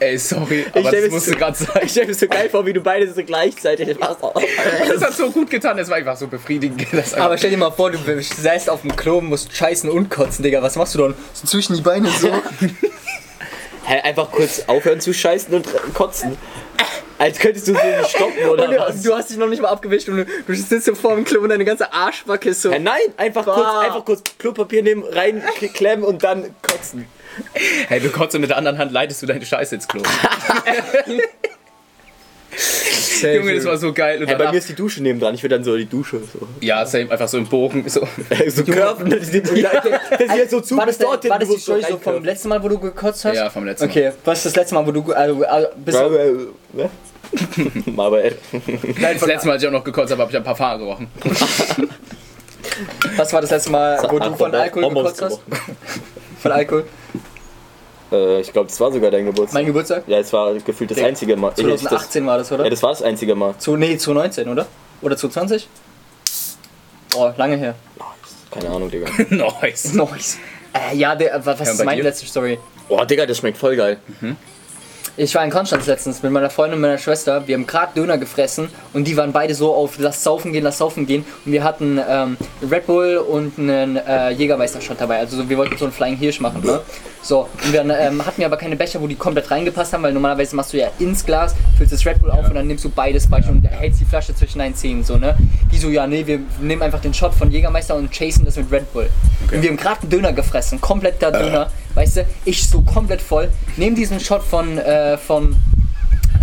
Ey, sorry, aber stell das mir's musste so- gerade sein. Ich stell mir so geil vor, wie du beide so gleichzeitig machst. Das hat so gut getan, das war einfach so befriedigend. Das Aber stell dir mal vor, du seist auf dem Klo, musst scheißen und kotzen, Digga. Was machst du dann? So zwischen die Beine so. Hä, einfach kurz aufhören zu scheißen und äh, kotzen. Als könntest du so nicht stoppen oder Und du, was? du hast dich noch nicht mal abgewischt und du, du sitzt so vor dem Klo und deine ganze Arschbacke ist so. Hä, Äh, nein, einfach kurz, Bah. einfach kurz Klopapier nehmen, reinklemmen und dann kotzen. Hey, du kotzt und mit der anderen Hand leitest du deine Scheiße ins Klo. Junge, das war so geil. Und Hä, bei danach, mir ist die Dusche nebendran, ich würde dann so die Dusche so. ja, same, einfach so im Bogen. So. so Körben, das ist so, das ist jetzt so zu war das, bis der, dorthin. war das du die musst so Story so vom reinköpfen. letzten Mal, wo du gekotzt hast? Ja, vom letzten Mal. Okay, was ist das letzte Mal, wo du also, also, bist du Ne? Aber äh, Das letzte Mal, als ich auch noch gekotzt habe, habe ich ein paar Fahrer gerochen. Was war das letzte Mal, wo Ach, du von der Alkohol Bonbons gekotzt hast? Von Alkohol? Äh, ich glaube, das war sogar dein Geburtstag. Mein Geburtstag? ja, es war gefühlt das Der- einzige Mal. Ich- ich- das, 2018 war das, ja, oder? das war das einzige Mal. Zu, nee, 2019, oder? Oder 2020? Boah, lange her. Keine Ahnung, Digga. nice. Nice. Äh, ja, der, wa- was Ja, und ist bei meine dir? letzte Story? Oh, Digga, das schmeckt voll geil. Ich war in Konstanz letztens mit meiner Freundin und meiner Schwester. Wir haben gerade Döner gefressen und die waren beide so auf lass saufen gehen, lass saufen gehen. Und wir hatten ähm, Red Bull und einen äh, Jägermeister-Shot dabei. Also so, wir wollten so einen Flying Hirsch machen. Ne? So, und dann ähm, hatten wir aber keine Becher, wo die komplett reingepasst haben, weil normalerweise machst du ja ins Glas, füllst das Red Bull auf und dann nimmst du beides Beispiel und hältst die Flasche zwischen deinen Zähnen. So, ne? Die so, ja, nee, wir nehmen einfach den Shot von Jägermeister und chasen das mit Red Bull. Und wir haben gerade einen Döner gefressen, kompletter Döner. Weißt du, ich so komplett voll, nehm diesen Shot von, äh, von,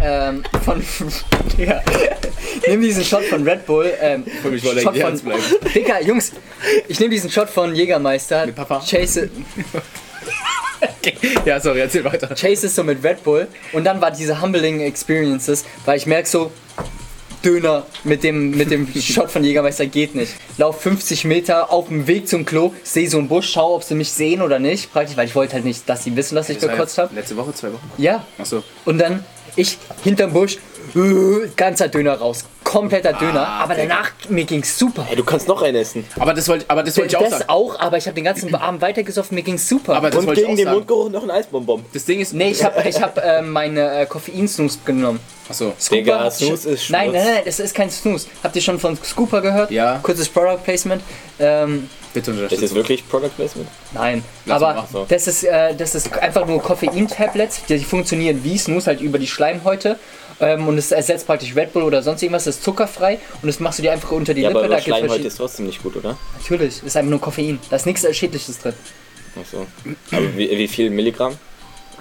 ähm, von, ja, nehm diesen Shot von Red Bull, ähm, Für mich war der Shot Herz von, bleiben. Dicker, Jungs, ich nehm diesen Shot von Jägermeister, Mit Papa. chase, Ja, sorry, erzähl weiter. chase es so mit Red Bull und dann war diese humbling Experiences, weil ich merk so, Döner mit dem, mit dem Shot von Jägermeister geht nicht. Lauf 50 Meter auf dem Weg zum Klo, sehe so einen Busch, schau, ob sie mich sehen oder nicht. Praktisch, weil ich wollte halt nicht, dass sie wissen, dass ich gekotzt habe. Letzte Woche, zwei Wochen. Ja. Achso. Und dann ich hinterm Busch, äh, ganzer Döner raus. Ah, Kompletter Döner. Aber danach, mir ging's super. Ey, du kannst noch einen essen. Aber das wollte aber das wollte ich auch Das sagen. auch, aber ich habe den ganzen Abend weitergesoffen, mir ging's super. Aber das Und wollte ich auch gegen den sagen. Mundgeruch noch ein Eisbonbon. Das Ding ist. nee, ich habe ich hab, äh, meine äh, Koffeinsnooze genommen. Achso. Digga, habt ihr Snooze schon- ist Schmutz. Nein, nein, nein, das ist kein Snooze. Habt ihr schon von Scooper gehört? Ja. Kurzes Product Placement. Ähm, Bitte Ist das unterstützen. wirklich Product Placement? Nein, Lass mal, aber mach so. das ist, äh, das ist einfach nur Koffein-Tablets, die funktionieren wie Snooze, halt über die Schleimhäute. Ähm, und es ersetzt praktisch Red Bull oder sonst irgendwas, das ist zuckerfrei und das machst du dir einfach unter die Ja, Lippe. aber da über gibt's Schleim heute verschiedene- ist trotzdem nicht gut, oder? Natürlich, ist einfach nur Koffein. Da ist nichts äh, Schädliches drin. Achso. Aber wie, wie viel Milligramm?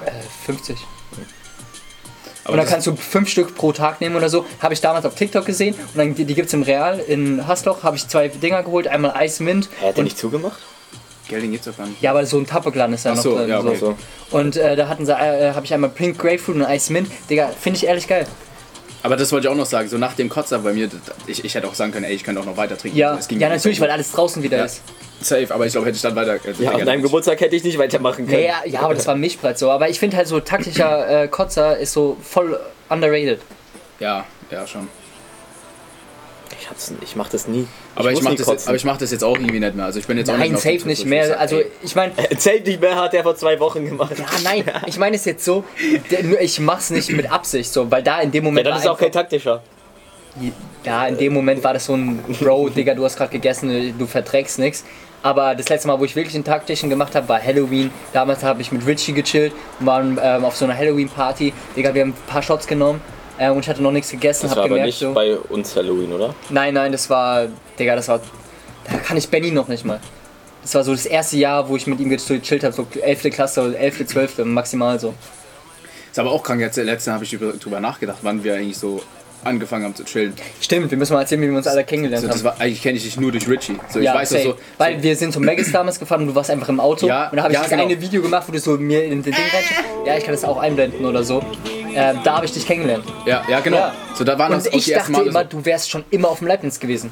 Äh, 50. Aber Und dann das- kannst du fünf Stück pro Tag nehmen oder so. Habe ich damals auf TikTok gesehen. Und dann, die, die gibt es im Real in Hasloch. Habe ich zwei Dinger geholt. Einmal Eismint. Er hat den und- nicht zugemacht? Geld, den gibt's doch gar nicht. Ja, aber so ein Tappeglan ist da Ach noch so, drin. ja, so. okay. Achso. Und äh, da hatten sie, äh, habe ich einmal Pink Grapefruit und Eis Mint. Digga, finde ich ehrlich geil. Aber das wollte ich auch noch sagen. So nach dem Kotzer bei mir, das- ich, ich hätte auch sagen können, ey, ich könnte auch noch weiter trinken. Ja, Also, es ging ja mir natürlich, nicht weil alles draußen wieder Ja. ist. so Safe, aber ich glaube, hätte ich dann weiter. äh, Ja, Digga, an deinem das- Geburtstag hätte ich nicht weitermachen können. Ja, ja, ja, aber das war ein Milchbrett so. Aber ich finde halt so taktischer äh, Kotzer ist so voll underrated. Ja, ja, schon. Ich, hab's, ich mach das nie. Aber ich, muss mach nie das jetzt, kotzen. aber ich mach das jetzt auch irgendwie nicht mehr. Also ich bin jetzt auch Nein, nicht safe nicht mehr. Also ich meine, Zählt nicht mehr, hat er vor zwei Wochen gemacht. Ah, nein, ich meine es jetzt so, der- nur ich mach's nicht mit Absicht so, weil da in dem Ja, Moment. dann ist auch kein taktischer. kein Ja, in dem Moment war das so ein Bro, Digga, du hast gerade gegessen, du verträgst nix. Aber das letzte Mal, wo ich wirklich einen taktischen gemacht habe, war Halloween. Damals habe ich mit Richie gechillt und waren ähm, auf so einer Halloween-Party. Digga, wir haben ein paar Shots genommen äh, und ich hatte noch nichts gegessen, Das hab war aber gemerkt nicht so. bei uns Halloween, oder? Nein, nein, das war. Digga, das war. Da kann ich Benny noch nicht mal. Das war so das erste Jahr, wo ich mit ihm gechillt habe, so 11. Klasse, 11., 12. maximal so. Ist aber auch krank. Jetzt- Letztens habe ich über- drüber nachgedacht, wann wir eigentlich so angefangen haben zu chillen. Stimmt, wir müssen mal erzählen, wie wir uns alle kennengelernt So, haben. das war, eigentlich kenne ich dich nur durch Richie. So, ich ja, weiß das safe. so. Weil wir sind zum Megas damals gefahren und du warst einfach im Auto. Ja, und da habe ich ja, das genau. eine Video gemacht, wo du so mir in den Ding reinschreibst. Ja, ich kann das auch einblenden oder so. äh, da habe ich dich kennengelernt. Ja, ja, genau. Ja. So, da waren Und das auch ich die ersten dachte Mal. immer, du wärst schon immer auf dem Leibniz gewesen.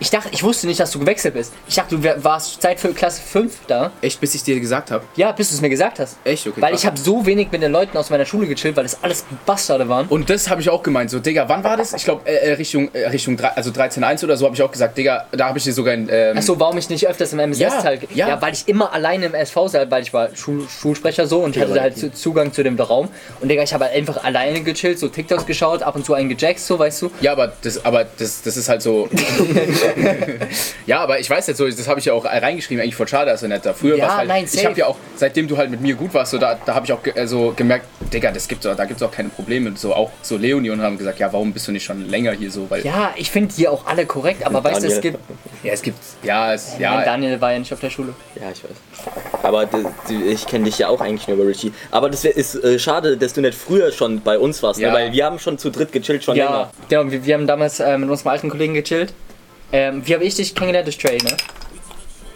Ich dachte, ich wusste nicht, dass du gewechselt bist. Ich dachte, du wär- warst seit für Klasse 5 da. echt, bis ich dir gesagt habe. Ja, bis du es mir gesagt hast. Echt, okay. Weil krass. ich habe so wenig mit den Leuten aus meiner Schule gechillt, weil das alles Bastarde waren. Und das habe ich auch gemeint. So, Digga, wann war das? Ich glaube, äh, äh, Richtung, äh, Richtung drei- also 13.1 oder so habe ich auch gesagt. Digga, da habe ich dir sogar ein. Ähm, Achso, warum ich nicht öfters im MSS Ja, teil... ja. weil ich immer alleine im SV saß, weil ich war Schul Schulsprecher so und hatte halt zu- Zugang zu dem Raum. Und Digga, ich habe halt einfach alleine gechillt, so TikToks geschaut, ab und zu einen gejackst, so, weißt du? Ja, aber das, aber das, das ist halt so. ja, aber ich weiß jetzt so, das habe ich ja auch äh, reingeschrieben, eigentlich voll schade, dass du nicht da früher Ja, warst. Halt, nein, ich safe. habe ja auch, seitdem du halt mit mir gut warst, so, da, da habe ich auch ge also gemerkt, Digga, das gibt's, auch- da gibt es auch keine Probleme. Und so auch so Leonie und haben gesagt, ja, warum bist du nicht schon länger hier so? Weil, ja. Ja, ich finde die auch alle korrekt, aber weißt du, es Daniel. gibt. es gibt, ja, es, Nein, ja, Daniel war ja nicht auf der Schule. Ja, ich weiß. Aber d- d- ich kenne dich ja auch eigentlich nur über Richie. Aber das wär- ist äh, schade, dass du nicht früher schon bei uns warst, Ja. ne? weil wir haben schon zu dritt gechillt schon Ja, länger. genau. Wir, wir haben damals äh, mit unserem alten Kollegen gechillt. Ähm, wie habe ich dich kennengelernt? Durch Trey, ne?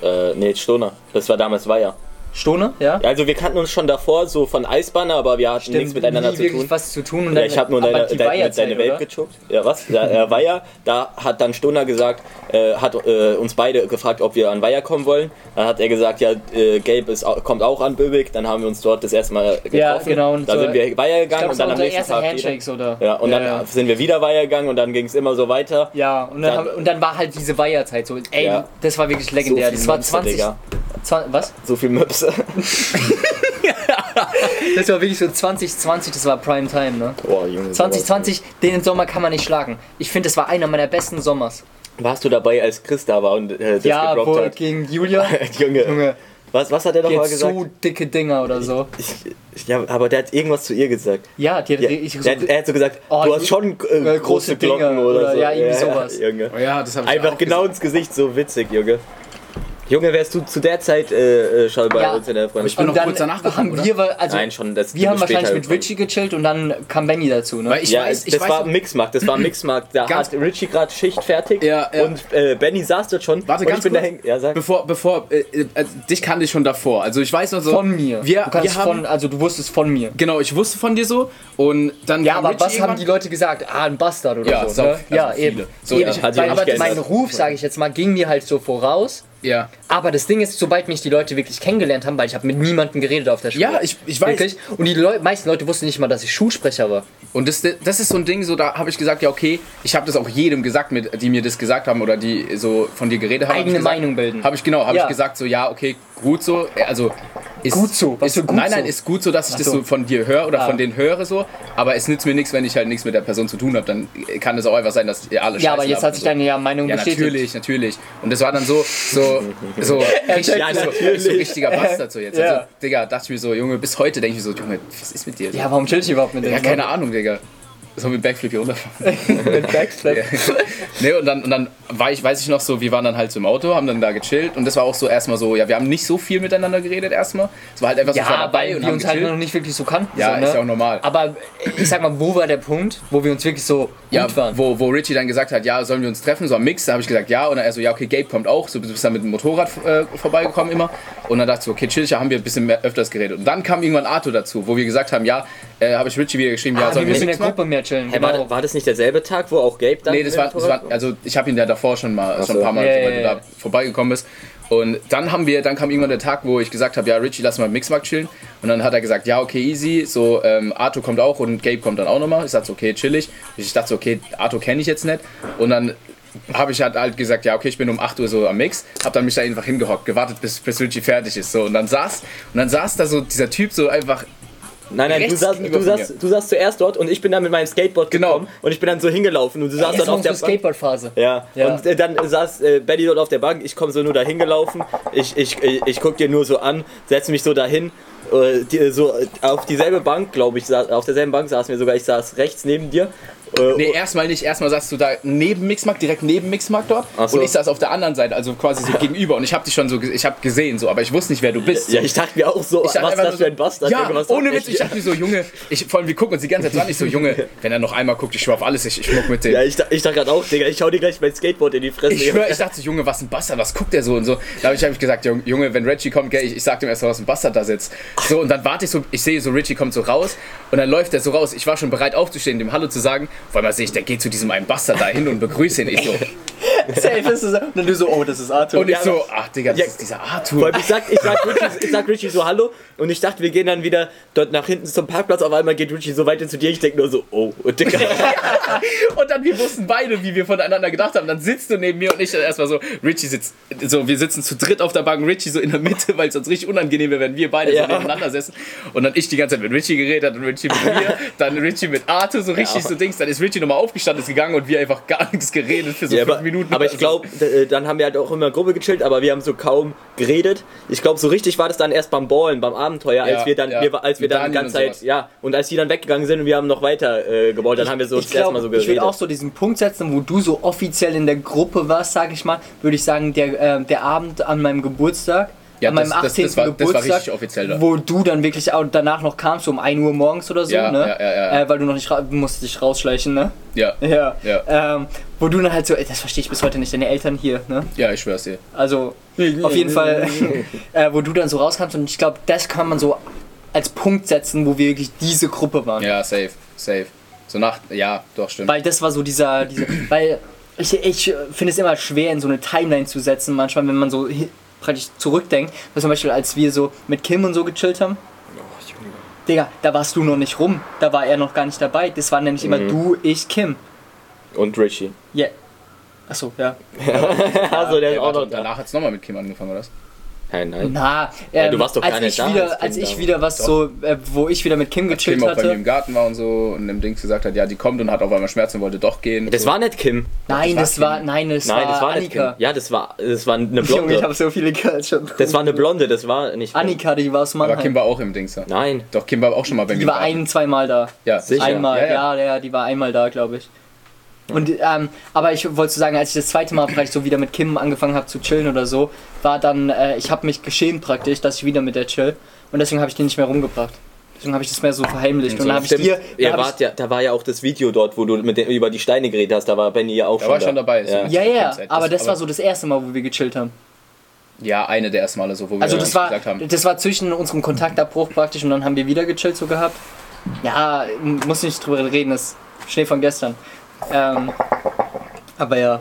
Äh, nee, Stoner. Das war damals Weiher. Stone, ja? Also wir kannten uns schon davor so von Eisbanner, aber wir hatten nichts miteinander nie zu wirklich tun. was zu tun. Und Ja, ich habe nur aber deine, die deine, Weiherzeit, deine Welt oder? gechuckt. Ja, was? Da äh, Weiher, da hat dann Stoner gesagt, äh, hat äh, uns beide gefragt, ob wir an Weiher kommen wollen. Dann hat er gesagt, ja, äh, Gelb ist, au- kommt auch an Böbig. Dann haben wir uns dort das erste Mal getroffen. Ja, genau, und Da so- sind wir Weiher Ich gegangen glaube, und es war dann am unser nächsten erster Tag Handshakes, oder? wieder. Ja, und dann ja. sind wir wieder Weiher gegangen und dann ging es immer so weiter. Ja, und dann, Dann- haben- und dann war halt diese Weiherzeit so. Ey, Ja. das war wirklich So legendär. viel das war Möpse, 20, Digga. 20. Was? So viel Möpse. Das war wirklich so 2020, das war Prime Time, ne? Boah, Junge. sowas. 2020, den Sommer kann man nicht schlagen. Ich finde, das war einer meiner besten Sommers. Warst du dabei, als Chris da war und äh, das ja, gedroppt wo hat? gegen Julia. Junge. Junge, Was, was hat er doch die mal hat gesagt? so dicke Dinger oder so. Ich, ich, ja, aber der hat irgendwas zu ihr gesagt. Ja, die hat, Also Ja, ich, er, hat- er hat so gesagt, Oh, du die- hast schon äh, große große, Dinger Glocken oder, oder- so. ja, irgendwie sowas. Ja, Junge. Oh ja, das habe ich Einfach auch genau gesagt. ins Gesicht, so witzig, Junge. Junge, wärst du zu der Zeit äh, äh, schon bei Ja. uns in der Ich bin Freundschaft? noch kurz danach gekommen, haben oder? wir, weil- also Nein, schon. Das wir haben wahrscheinlich mit Richie. Richie gechillt und dann kam Benny dazu, ne? Weil ich Ja, weiß, ich das weiß. war ein Mixmarkt, das war ein Mixmarkt. Da Ganz- hat Richie gerade Schicht fertig Ja, ja. und äh, Benny saß dort schon. Warte, und ganz ich bin kurz. da hängen. Ja, sag. Bevor, bevor, äh, äh, also dich kannte ich schon davor. Also ich weiß noch so. von mir. Wir, du kannst wir haben, von, also du wusstest von mir. Genau, ich wusste von dir so und dann. Ja, kam aber Richie was haben irgendwann- die Leute gesagt? Ah, ein Bastard oder Ja, so. sau- Ne? also ja, viele. eben. So, eben. ich- hat sich Weil- nicht aber mein geändert. Ruf, sage ich jetzt mal, ging mir halt so voraus. Ja. Aber das Ding ist, sobald mich die Leute wirklich kennengelernt haben, weil ich habe mit niemandem geredet auf der Schule. Ja, ich- ich weiß. Wirklich. Und die Leu meisten Leute wussten nicht mal, dass ich Schulsprecher war. Und das, das ist so ein Ding, so da habe ich gesagt, ja okay, ich habe das auch jedem gesagt, mit, die mir das gesagt haben oder die so von dir geredet haben. Eigene hab ich gesagt, Meinung bilden. Habe ich genau, habe Ja. ich gesagt so, ja okay, gut so, also ist Gut so, was ist, für gut nein nein, so? ist gut so, dass ich das so. so von dir höre oder Ah. von denen höre so, aber es nützt mir nichts, wenn ich halt nichts mit der Person zu tun habe, dann kann es auch einfach sein, dass ihr alle Ja, aber Scheiße jetzt labert hat sich und deine ja, Meinung genau. ja, bestätigt. natürlich, natürlich. Und das war dann so, so, so, richtig, Ja, so, natürlich. so richtiger Bastard so jetzt. Ja. Also, Digga, dachte ich mir so, Junge, bis heute denke ich mir so, Junge, was ist mit dir? Ja, warum chill ich überhaupt mit ne? dem? Ja, keine Ahnung, Digga. So mit Backflip hier runterfahren. Mit Backflip. nee, und dann, und dann war ich, weiß ich noch so, wir waren dann halt so im Auto, haben dann da gechillt und das war auch so erstmal so, ja, wir haben nicht so viel miteinander geredet erstmal. Es war halt einfach so, ich war Ja, dabei weil und wir haben uns halt gechillt. noch nicht wirklich so kannten. Ja, so, ne? ist ja auch normal. Aber ich sag mal, wo war der Punkt, wo wir uns wirklich so ja, gut waren? wo, wo Richie dann gesagt hat, ja, sollen wir uns treffen, so am Mix, da habe ich gesagt, ja, und dann er so, ja, okay, Gabe kommt auch, so du bist dann mit dem Motorrad äh, vorbeigekommen immer und dann dachte ich so, okay, chill, da haben wir ein bisschen mehr öfters geredet und dann kam irgendwann Arthur dazu, wo wir gesagt haben, ja, äh, habe ich Richie wieder geschrieben, ja, ah, wir sollen wir müssen in der Mix ne? machen? Gruppe mehr chillen. genau. Hey, war, war das nicht derselbe Tag, wo auch Gabe da Nee, das war, das war also ich habe ihn ja davor schon mal schon so. ein paar Mal, Ja, so, weil ja, du ja. da vorbeigekommen bist. Und dann haben wir, dann kam irgendwann der Tag, wo ich gesagt habe, ja, Richie, lass mal im Mixmarkt chillen. Und dann hat er gesagt, ja, okay, easy. So, ähm, Arthur kommt auch und Gabe kommt dann auch nochmal. Ich dachte, so, okay, chillig. Ich dachte, so, okay, Arthur kenne ich jetzt nicht. Und dann habe ich halt, halt gesagt, ja, okay, ich bin um 8 Uhr so am Mix. Hab dann mich da einfach hingehockt, gewartet, bis, bis Richie fertig ist. So, und dann saß, und dann saß da so dieser Typ so einfach Nein, nein, du Rechts saßt, gegenüber du, von saßt, du saßt zuerst dort und ich bin dann mit meinem Skateboard Genau. gekommen und ich bin dann so hingelaufen und du das saßt dann war auf der unsere Bank. Skateboard-Phase. Ja. Ja. und äh, dann saß äh, Benny dort auf der Bank, ich komme so nur dahin gelaufen, ich, ich, ich, ich guck dir nur so an, setze mich so dahin, äh, die, so äh, auf dieselbe Bank, glaube ich, saß, auf derselben Bank saßen wir sogar, ich saß rechts neben dir. Äh, Nee, erstmal nicht. Erstmal saßt du da neben Mixmark, direkt neben Mixmark dort. Ach so. Und ich saß auf der anderen Seite, also quasi so gegenüber. Und ich habe dich schon so, ge- ich habe gesehen so, aber ich wusste nicht, wer du bist. ja, ich dachte mir auch so, Ich was dachte ist einfach nur das so- für ein Bastard? Ja, Junge, was ohne hab Witz, ich dachte mir so, Junge, ich, vor allem wir gucken uns die ganze Zeit so an. Ich so, Junge, wenn er noch einmal guckt, ich schwör auf alles, ich, ich muck mit dem. Ja, ich, da- ich dachte gerade auch, Digga, ich hau dir gleich mein Skateboard in die Fresse. Ich schwör, ich dachte, so, Junge, was ein Bastard, was guckt der so und so. Da habe ich, hab ich gesagt, Junge, wenn Reggie kommt, gell, ich, ich sag dem erst mal, was ein Bastard da sitzt. So, und dann warte ich so, ich sehe so, Richie kommt so raus und dann läuft er so raus. Ich war schon bereit aufzustehen, dem Hallo zu sagen. Auf einmal sehe ich, der geht zu diesem einen Bastard da hin und begrüßt ihn. Ich so, Safe ist es. Und dann du so, oh, das ist Arthur. und ich Ja, so, ach Digga, das Ja. ist dieser Vor Arthur. allem, ich sag, ich, sag Richie, ich sag Richie so Hallo und ich dachte, wir gehen dann wieder dort nach hinten zum Parkplatz. Auf einmal geht Richie so weit hin zu dir. Ich denke nur so, oh, und Digga. Und dann, wir wussten beide, wie wir voneinander gedacht haben. Dann sitzt du neben mir und ich dann erstmal so, Richie sitzt, so, wir sitzen zu dritt auf der Bank, Richie so in der Mitte, weil es uns richtig unangenehm wäre, wenn wir beide Ja. so nebeneinander sitzen. Und dann ich die ganze Zeit mit Richie geredet, dann Richie mit mir, dann Richie mit Arthur, so richtig so Dings. Dann ist Richie nochmal aufgestanden, ist gegangen und wir einfach gar nichts geredet für so Ja, fünf aber, Minuten. aber ich glaube, dann haben wir halt auch immer Gruppe gechillt, aber wir haben so kaum geredet. Ich glaube, so richtig war das dann erst beim Ballen, beim Abenteuer, als Ja, wir dann, ja. wir, als wir Mit dann die Daniel ganze und Zeit, sowas. ja, und als die dann weggegangen sind und wir haben noch weiter äh, geballt, dann haben wir so ich das erste glaub, Mal so ich geredet. würde auch so diesen Punkt setzen, wo du so offiziell in der Gruppe warst, sage ich mal, würde ich sagen, der, äh, der Abend an meinem Geburtstag, Ja, an das- meinem das- das 18. war- das war Geburtstag, richtig offiziell dann. wo du dann wirklich auch danach noch kamst, so um 1 Uhr morgens oder so, Ja, ne? ja, ja, ja. Äh, weil du noch nicht ra- musstest dich rausschleichen, ne? ja, Ja. Ja. Ähm, wo du dann halt so, ey, das verstehe ich bis heute nicht, deine Eltern hier, ne? ja, ich schwör's dir. Also auf jeden Fall, äh, wo du dann so rauskamst und ich glaube, das kann man so als Punkt setzen, wo wir wirklich diese Gruppe waren. Ja, safe, safe. So nach, ja, doch, stimmt. Weil das war so dieser, diese, weil ich, ich äh, finde es immer schwer, in so eine Timeline zu setzen, manchmal, wenn man so hi- praktisch zurückdenkt. Weil zum Beispiel, als wir so mit Kim und so gechillt haben. Digga, da warst du noch nicht rum. Da war er noch gar nicht dabei. Das war nämlich Mhm. immer du, ich, Kim. und Richie. Yeah. Achso, ja. Also der ist Ey, auch warte, noch und danach hat's nochmal mit Kim angefangen, oder was? Nein, nein. Na, Ja, ähm, du warst doch als gar nicht ich da, als wieder, Kim als da ich war. wieder was so, äh, wo ich wieder mit Kim Kim gechillt auch bei mir hatte. im Garten war und so und dem Dings gesagt hat, ja, die kommt und hat auf einmal Schmerzen und wollte doch gehen. Das so. war nicht Kim. Nein, Das das war war, Kim. nein, das Nein, war das war nicht Kim. Annika. Ja, das war, das war eine Junge, ich habe Blonde. so viele Girls schon. Das war eine Blonde, das war nicht Kim. Annika, die war aus Aber Kim Mannheim. war auch im Dings da. Nein. Doch, Kim war auch schon mal bei mir. Die im war Garten. ein, zweimal da. ja, Sicher. Einmal, Ja, ja. ja, ja, die war einmal da, glaube ich. Und ähm, aber ich wollte so sagen, als ich das zweite Mal vielleicht so wieder mit Kim angefangen habe zu chillen oder so, war dann, äh, ich habe mich geschämt praktisch, dass ich wieder mit der chill und deswegen habe ich die nicht mehr rumgebracht. Deswegen habe ich das mehr so verheimlicht und dann habe ich Stimmt. dir, Ihr dann hab wart ja, da war ja auch das Video dort, wo du mit dem, über die Steine geredet hast. Da war Benny ja auch Da schon. war ich schon dabei, so. Ja. ich, ja, ja, Stimmt, aber das- das war aber- so das erste Mal, wo wir gechillt haben. ja, eine der ersten Male so, wo wir Also uns das war, gesagt haben. das war zwischen unserem Kontaktabbruch praktisch und dann haben wir wieder gechillt so gehabt. Ja, m- muss nicht drüber reden, das ist Schnee von gestern. Ähm, aber ja.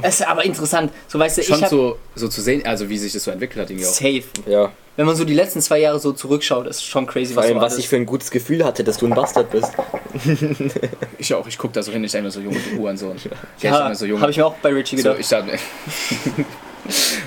Es ist aber interessant, so weißt du, ich Schon hab so, so zu sehen, also wie sich das so entwickelt hat, irgendwie auch. safe. ja. Wenn man so die letzten zwei Jahre so zurückschaut, ist schon crazy, Vor was, allem, so was alles- ich für ein gutes Gefühl hatte, dass du ein Bastard bist. Ich auch, ich guck da so hin, ich denke mir so, Junge, du Hurensohn. Ja, ich denk ja, mir so, Junge. habe ich mir auch bei Richie so, gedacht. ich dachte,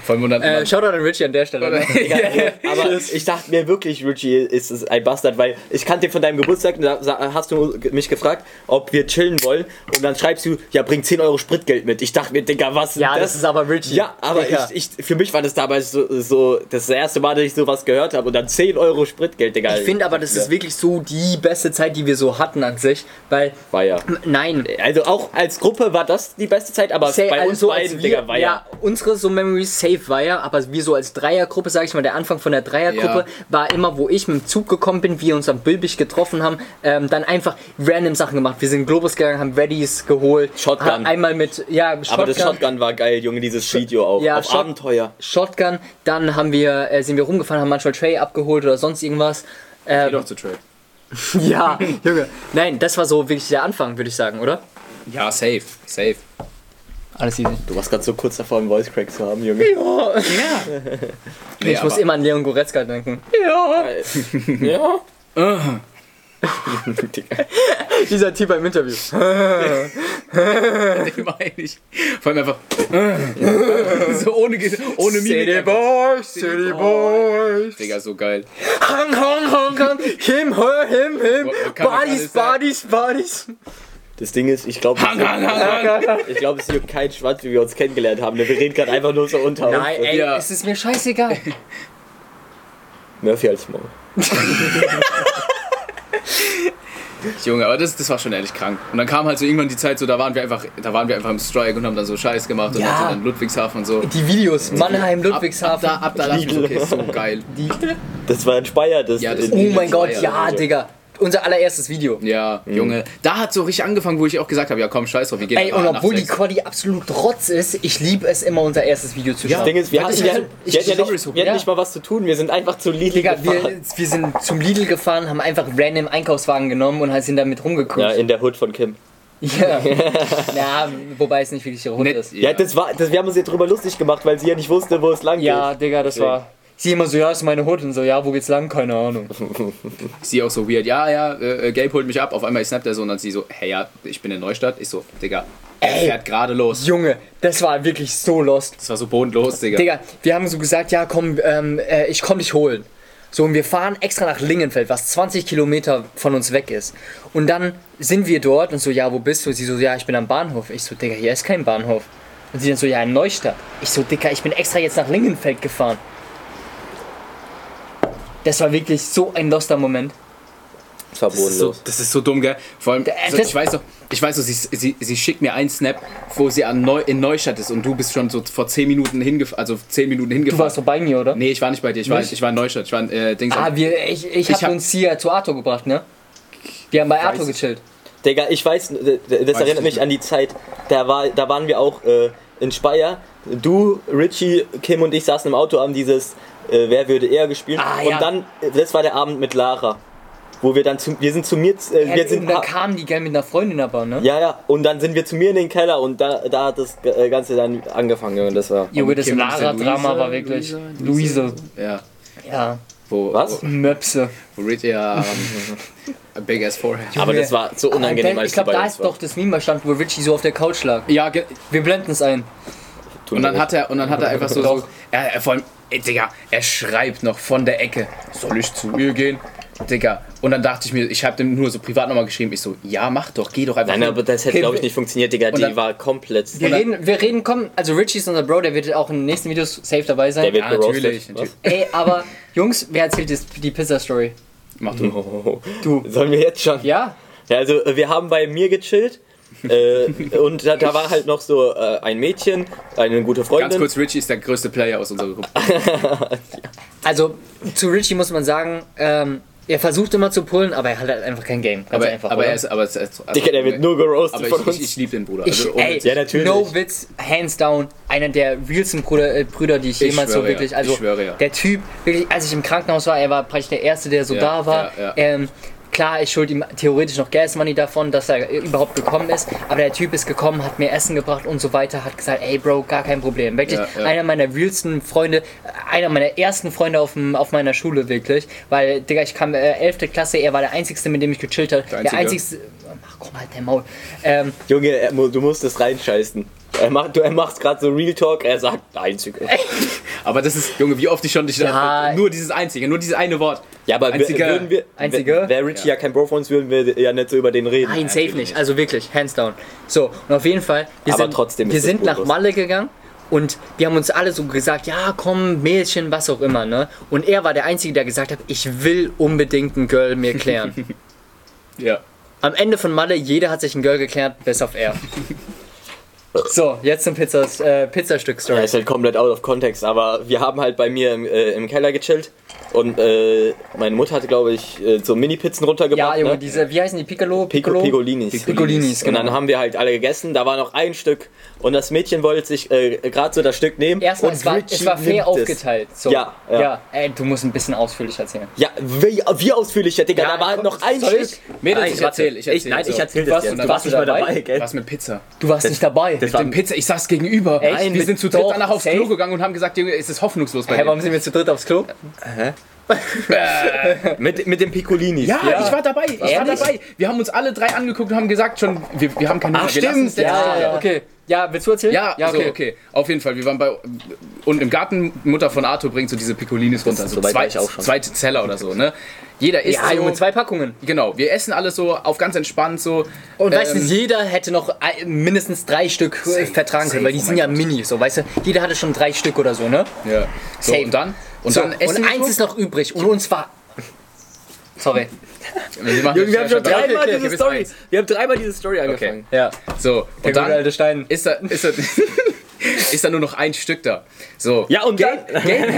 voll wundert. äh, Shoutout an Richie an der Stelle. Ne? Aber ich dachte mir wirklich, Richie ist es ein Bastard, weil ich kannte von deinem Geburtstag, und da sa- hast du mich gefragt, ob wir chillen wollen und dann schreibst du, ja, bring 10 Euro Spritgeld mit. Ich dachte mir, Digga, was Ja, das ist aber Richie. Ja, aber Digga. ich, ich, für mich war das damals so, so das erste Mal, dass ich sowas gehört habe und dann 10 Euro Spritgeld, Digga. Ich finde aber, das ist wirklich so die beste Zeit, die wir so hatten an sich, weil War ja. nein, Also auch als Gruppe war das die beste Zeit, aber Safe, bei also uns so als beiden, wir, Digga, war ja. unsere so Memories safe war ja, aber wir so als Dreiergruppe, sag ich mal, der Anfang von der Dreiergruppe Ja. war immer, wo ich mit dem Zug gekommen bin, wir uns am Bilbig getroffen haben, ähm, dann einfach random Sachen gemacht. Wir sind in Globus gegangen, haben Readies geholt. Shotgun. ha- Einmal mit, ja, Shotgun. Aber das Shotgun war geil, Junge, dieses Video auch. Ja, auf Shot- Abenteuer. Shotgun, dann haben wir, äh, sind wir rumgefahren, haben manchmal Trey abgeholt oder sonst irgendwas. Ähm, Doch zu Trade. ja, Junge. Nein, das war so wirklich der Anfang, würde ich sagen, oder? Ja, safe, safe. Alles easy. Du warst gerade so kurz davor, einen Voice Crack zu haben, Junge. Nee, ich muss aber- immer an Leon Goretzka denken. Ja. Dieser Typ beim Interview. Den meine ich. Vor allem einfach. äh, so ohne, Ge- ohne Mimik. Boys, City Boys. Digga, so geil. Hong, Hong, Hong, Hong. Him, her, him, him. Wo- wo kann man Bodies, alles sagen? bodies, bodies. Das Ding ist, ich glaube, Hang, hang, hang, hang. ich glaube, es juckt keinen Schwanz, wie wir uns kennengelernt haben. Wir reden gerade einfach nur so unter uns. Nein, ey, Ja. es ist mir scheißegal. Murphy als Maul. Junge, aber das, das war schon ehrlich krank. Und dann kam halt so irgendwann die Zeit, so da waren wir einfach, da waren wir einfach im Strike und haben dann so Scheiß gemacht und Ja. dann so dann Ludwigshafen und so. Die Videos, Mannheim, Ludwigshafen. Ab, ab da, ab da dachte ich, mir so, okay, so geil. Die- Das war ein Speyer, das. Ja, das- oh die- mein die- Gott, die- ja, die- Digga. unser allererstes Video. Ja, Junge. Da hat so richtig angefangen, wo ich auch gesagt habe, ja komm, scheiß drauf, wir gehen Mhm. Ey, einfach und nach obwohl die sechs. Quali absolut Rotz ist, ich liebe es immer, unser erstes Video zu Das schauen. Ding ist, wir Weil hatten das ja, halt- ich- wir hatten, ja sorry, nicht, so- wir hatten ja. nicht mal was zu tun, wir sind einfach zu Lidl Digga, wir, gefahren. wir sind zum Lidl gefahren, haben einfach random Einkaufswagen genommen und halt sind damit Ja, rumgeguckt. in der Hood von Kim. Ja, ja wobei es nicht wirklich der Hund Nett. ist. Ja, das war, das, wir haben uns ja drüber lustig gemacht, weil sie ja nicht wusste, wo es lang Ja, geht. Digga, das war. Sie immer so, ja, ist meine Hut und so, ja, wo geht's lang? Keine Ahnung. sie auch so weird, ja, ja, äh, äh, Gabe holt mich ab, auf einmal ich snap der so und dann sie so, hey, ja, ich bin in Neustadt. Ich so, Digga, er Ey. fährt gerade los. Junge, das war wirklich so lost. Das war so bodenlos, Digga. Digga, wir haben so gesagt, ja, komm, ähm, äh, ich komm dich holen. So, und wir fahren extra nach Lingenfeld, was 20 Kilometer von uns weg ist. Und dann sind wir dort und so, ja, wo bist du? Sie so, ja, ich bin am Bahnhof. Ich so, Digga, hier ist kein Bahnhof. Und sie dann so, ja, in Neustadt. Ich so, Digga, ich bin extra jetzt nach Lingenfeld gefahren. Das war wirklich so ein loster Moment. Das war Das ist, so, bodenlos. das ist so dumm, gell? Vor allem, so, Äh, das- ich weiß doch, ich weiß doch, sie, sie, sie schickt mir einen Snap, wo sie an Neu, in Neustadt ist und du bist schon so vor 10 Minuten hingefahren, also 10 Minuten Du hingefahren. warst doch bei mir, oder? nee, ich war nicht bei dir, ich war, Nicht? ich war in Neustadt, ich war in äh, Dings. Ah, wir, ich, ich, hab hab- uns hier zu Arthur gebracht, ne? Wir haben bei Arthur gechillt. Digga, ich weiß, das ich erinnert mich nicht. an die Zeit, da, war, da waren wir auch äh, in Speyer. Du, Richie, Kim und ich saßen im Auto, haben dieses äh, Wer würde eher gespielt. Ah, und ja. dann, äh, das war der Abend mit Lara. Wo wir dann zu, wir sind zu mir, äh, Ja, wir sind, und dann kamen die gell mit einer Freundin aber, ne? ja, ja, und dann sind wir zu mir in den Keller und da, da hat das äh, Ganze dann angefangen, Junge, das war. Junge, das Kim, das ist ja Lara-Drama Luise, war wirklich. Luise, Luise. Luise, ja. ja. Wo, Was? Wo, Möpse. wo Rid, ja, ähm, a big ass forehead. Aber das war so unangenehm, Ah, als Ich glaube, die bei da uns ist war. doch das Meme stand, wo Richie so auf der Couch lag. Ja, ge- Wir blenden es ein. Und dann hat er, und dann hat er einfach so, so er, er vor allem, ey, Digga, er schreibt noch von der Ecke, soll ich zu ihr gehen? Digga. Und dann dachte ich mir, ich habe dem nur so privat nochmal geschrieben, ich so, ja, mach doch, geh doch einfach. Nein, hin. aber das hätte, Okay, glaube ich, wir- nicht funktioniert, Digga. Die dann- Genau. war komplett. Wir reden, wir reden, komm, also Richie ist unser Bro, der wird auch in den nächsten Videos safe dabei sein. Der wird Ja, geroastet. natürlich, natürlich. Ey, aber Jungs, wer erzählt jetzt die Pizza-Story? Mach du. Was? Oh, Du. Sollen wir jetzt schon? Ja? Ja, also äh, wir haben bei mir gechillt. äh, und da, da war halt noch so äh, ein Mädchen, eine gute Ganz Freundin. kurz, Richie ist der größte Player aus unserer Gruppe. Also, zu Richie muss man sagen, ähm, er versucht immer zu pullen, aber er hat halt einfach kein Game. Ganz Aber, einfach. aber oder? er ist, aber es ist, also, Digga, der wird nur geroastet aber von ich, uns. ich, ich liebe den Bruder. Ich, Also, ey, ohne- Ja, natürlich. No Witz, hands down, einer der realsten Bruder, äh, Brüder, die ich, Ich jemals so schwöre, ja. wirklich, also Ich schwöre, ja. der Typ, wirklich, als ich im Krankenhaus war, er war praktisch der Erste, der so Ja, da war. ja, ja. Ähm, klar, ich schuld ihm theoretisch noch Gas Money davon, dass er äh, überhaupt gekommen ist, aber der Typ ist gekommen, hat mir Essen gebracht und so weiter, hat gesagt, ey Bro, gar kein Problem. Wirklich, Ja, ja. einer meiner realsten Freunde, einer meiner ersten Freunde auf, dem, auf meiner Schule, wirklich, weil, Digga, ich kam äh, 11. Klasse, er war der Einzige, mit dem ich gechillt habe. Der Einzige. Einzigste, ach komm halt dein Maul. Ähm, Junge, er, mu- du musst es reinscheißen. Er macht, du, er macht gerade so Real Talk, er sagt einzig. aber das ist, Junge, wie oft ich schon dich Ja. Nur dieses einzige, nur dieses eine Wort. Ja, aber wir- Einziger- würden wir. Einziger? Wäre Richie ja. kein Bro von uns, würden wir ja nicht so über den reden. Nein, safe nicht. Also wirklich, hands down. So, und auf jeden Fall, wir Aber sind, trotzdem wir ist das sind nach Bonus. Malle gegangen und die haben uns alle so gesagt, ja, komm, Mädchen, was auch immer, ne? Und er war der Einzige, der gesagt hat, ich will unbedingt ein Girl mir klären. Ja. Am Ende von Malle, jeder hat sich ein Girl geklärt, bis auf er. So, jetzt zum Pizzas, äh, Ja, Pizzastück-Story. ist halt komplett out of context, aber wir haben halt bei mir im, äh, im Keller gechillt und äh, meine Mutter hatte, glaube ich, äh, so Mini-Pizzen Ja, runtergebracht. Junge, ne? diese, wie heißen die? Piccolo? Pico, Piccolinis. Piccolinis, Und genau. dann haben wir halt alle gegessen, da war noch ein Stück und das Mädchen wollte sich äh, gerade so das Stück nehmen. Erstmal, und es war, es Richie war fair nimmt es. aufgeteilt. So. Ja, ja. Ey, du musst ein bisschen ausführlich erzählen. Ja, wie, wie ausführlicher, Digga, da war komm, noch ein soll Stück. ich? Mädels, Nein, ich warte. erzähl, ich erzähl. nein, So. ich erzähl Du das warst- jetzt. du warst nicht dabei? gell? Was mit Pizza? Du warst nicht dabei. das Mit dem Pizza, ich saß gegenüber. Echt? Nein, wir Mit- sind zu dritt doch, danach aufs safe. Klo gegangen und haben gesagt, Junge, es ist hoffnungslos bei Hä, dir. warum sind wir zu dritt aufs Klo? Mit, mit dem Piccolinis. Ja, ich war dabei. Ich war Ehrlich? dabei. Wir haben uns alle drei angeguckt und haben gesagt schon, wir, wir haben keine Ach, Nummer, wir lassen es stimmt, jetzt. Ja, ja, okay. Ja, willst du erzählen? Ja, ja So, okay. Auf jeden Fall, wir waren bei. Und im Garten, Mutter von Arthur bringt so diese Piccolinis runter. ist So soweit zwei, gleich auch schon. zwei Zeller oder so, ne? Jeder isst Ja, so. Junge, zwei Packungen. Genau, wir essen alles so auf ganz entspannt so. Und weißt du, jeder hätte noch äh, mindestens drei Stück äh, Safe, vertragen können, weil die safe, oh sind mein ja Gott. mini, so, weißt du? Jeder hatte schon drei Stück oder so, ne? ja. so, Safe. und dann und So, dann essen und wir eins so. ist noch übrig und uns war. Sorry. Wir, machen Wir haben schon schnell- dreimal Okay, diese bis Story. eins. Wir haben dreimal diese Story angefangen. Ja. So, Der und gute dann alte Stein. ist da, ist, da, ist da nur noch ein Stück da. So. Ja, und dann. Gabe,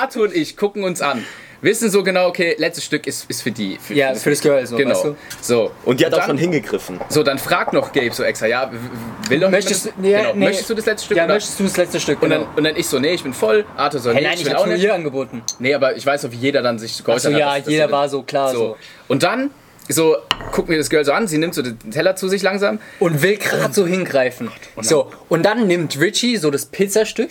Arthur und ich gucken uns an. wissen so genau, okay, letztes Stück ist, ist für die. Ja, für das Girl so, Genau. weißt du? So. Und die hat auch dann- schon hingegriffen. So, dann frag noch Gabe so extra, ja, w- will doch Möchtest, jemand- nee, genau. nee. möchtest du das letzte Stück? Ja, oder? möchtest du das letzte Stück? und, Genau. dann, und dann ich so, nee, ich bin voll. Arthur so, hey, nee, nein, ich ich will hab's auch nur nicht. ihr angeboten. Nee, aber ich weiß, ob jeder dann sich Achso, geäußert hat. ja, dass- dass jeder sie- war so klar. So. So. Und dann, so, guckt mir das Girl so an, sie nimmt so den Teller zu sich langsam. Und will gerade so hingreifen. so, und dann nimmt Richie so das Pizzastück.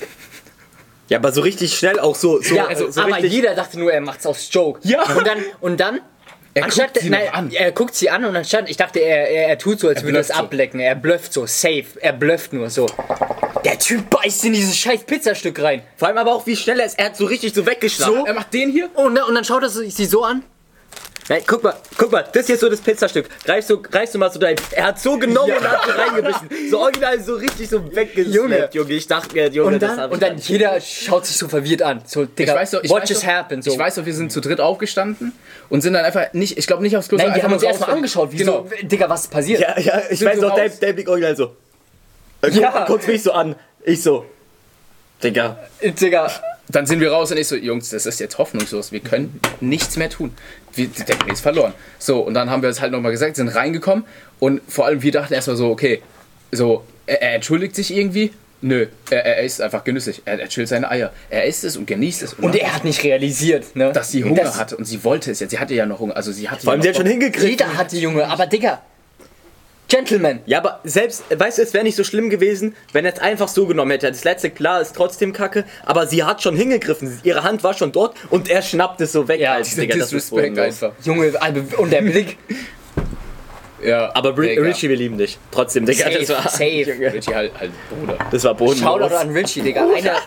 Ja, aber so richtig schnell auch so. so Ja, also, so aber richtig, jeder dachte nur, er macht's aus Joke. Ja. Und dann, und dann Er anstatt, guckt sie nein, noch an. er guckt sie an und anstatt, ich dachte, er, er, er tut so, als würde er es blufft so. ablecken. Er blufft so, safe. Er blufft nur so. Der Typ beißt in dieses scheiß Pizzastück rein. Vor allem aber auch, wie schnell er ist. Er hat so richtig so weggeschlagen. Er macht den hier. Und, dann- Oh, ne, und dann schaut er sie sie so an. Nein, guck mal, guck mal, das hier ist so das Pizzastück. Greifst du, greifst du mal zu deinem. Er hat so genommen und hat so reingebissen. So original, so richtig so weggesnappt, Junge. Ich dachte mir, Junge, Und das dann, hab und ich dann nicht. jeder schaut sich so verwirrt an. So, Digga, Ich weiß doch, ich what weiß just doch, happened? So. Ich weiß doch, wir sind zu dritt aufgestanden und sind dann einfach nicht, ich glaube nicht aufs Klo. Nein, sondern die haben einfach uns nur erstmal raus- angeschaut, wie Genau. so, Digga, was ist passiert? Ja, ja, ich Sind weiß so noch, dein, raus. dein Blick original so. Äh, Ja. guck, guckt mich so an. Ich so. Digga. Digga, Dann sind wir raus und ich so, Jungs, das ist jetzt hoffnungslos. Wir können nichts mehr tun. Wir, der Dreh ist verloren. So, und dann haben wir es halt nochmal gesagt, sind reingekommen und vor allem wir dachten erstmal so, okay, so, er, er entschuldigt sich irgendwie. Nö, er, er ist einfach genüsslich. Er, er chillt seine Eier. Er isst es und genießt es. und er hat nicht realisiert, ne? dass sie Hunger Das- hatte und sie wollte es jetzt. Sie hatte ja noch Hunger. Also sie hatte Vor allem, ja sie hat schon hingegriffen. Jeder hat die Junge, aber Digga, Gentleman. Ja, aber selbst, weißt du, es wäre nicht so schlimm gewesen, wenn er es einfach so genommen hätte. Das letzte, klar, ist trotzdem kacke, aber sie hat schon hingegriffen. Ihre Hand war schon dort und er schnappt es so weg. Ja, Alter, dieser Digga, das ist Disrespect bodenlos. einfach. Junge, Albe- und der Blick. Ja, Aber Bri Digga. Richie, wir lieben dich. Trotzdem, Digga, Safe, das war. safe. Junge, Richie halt, halt Bruder. Das war bodenlos. Shoutout an Richie, Digga. Einer,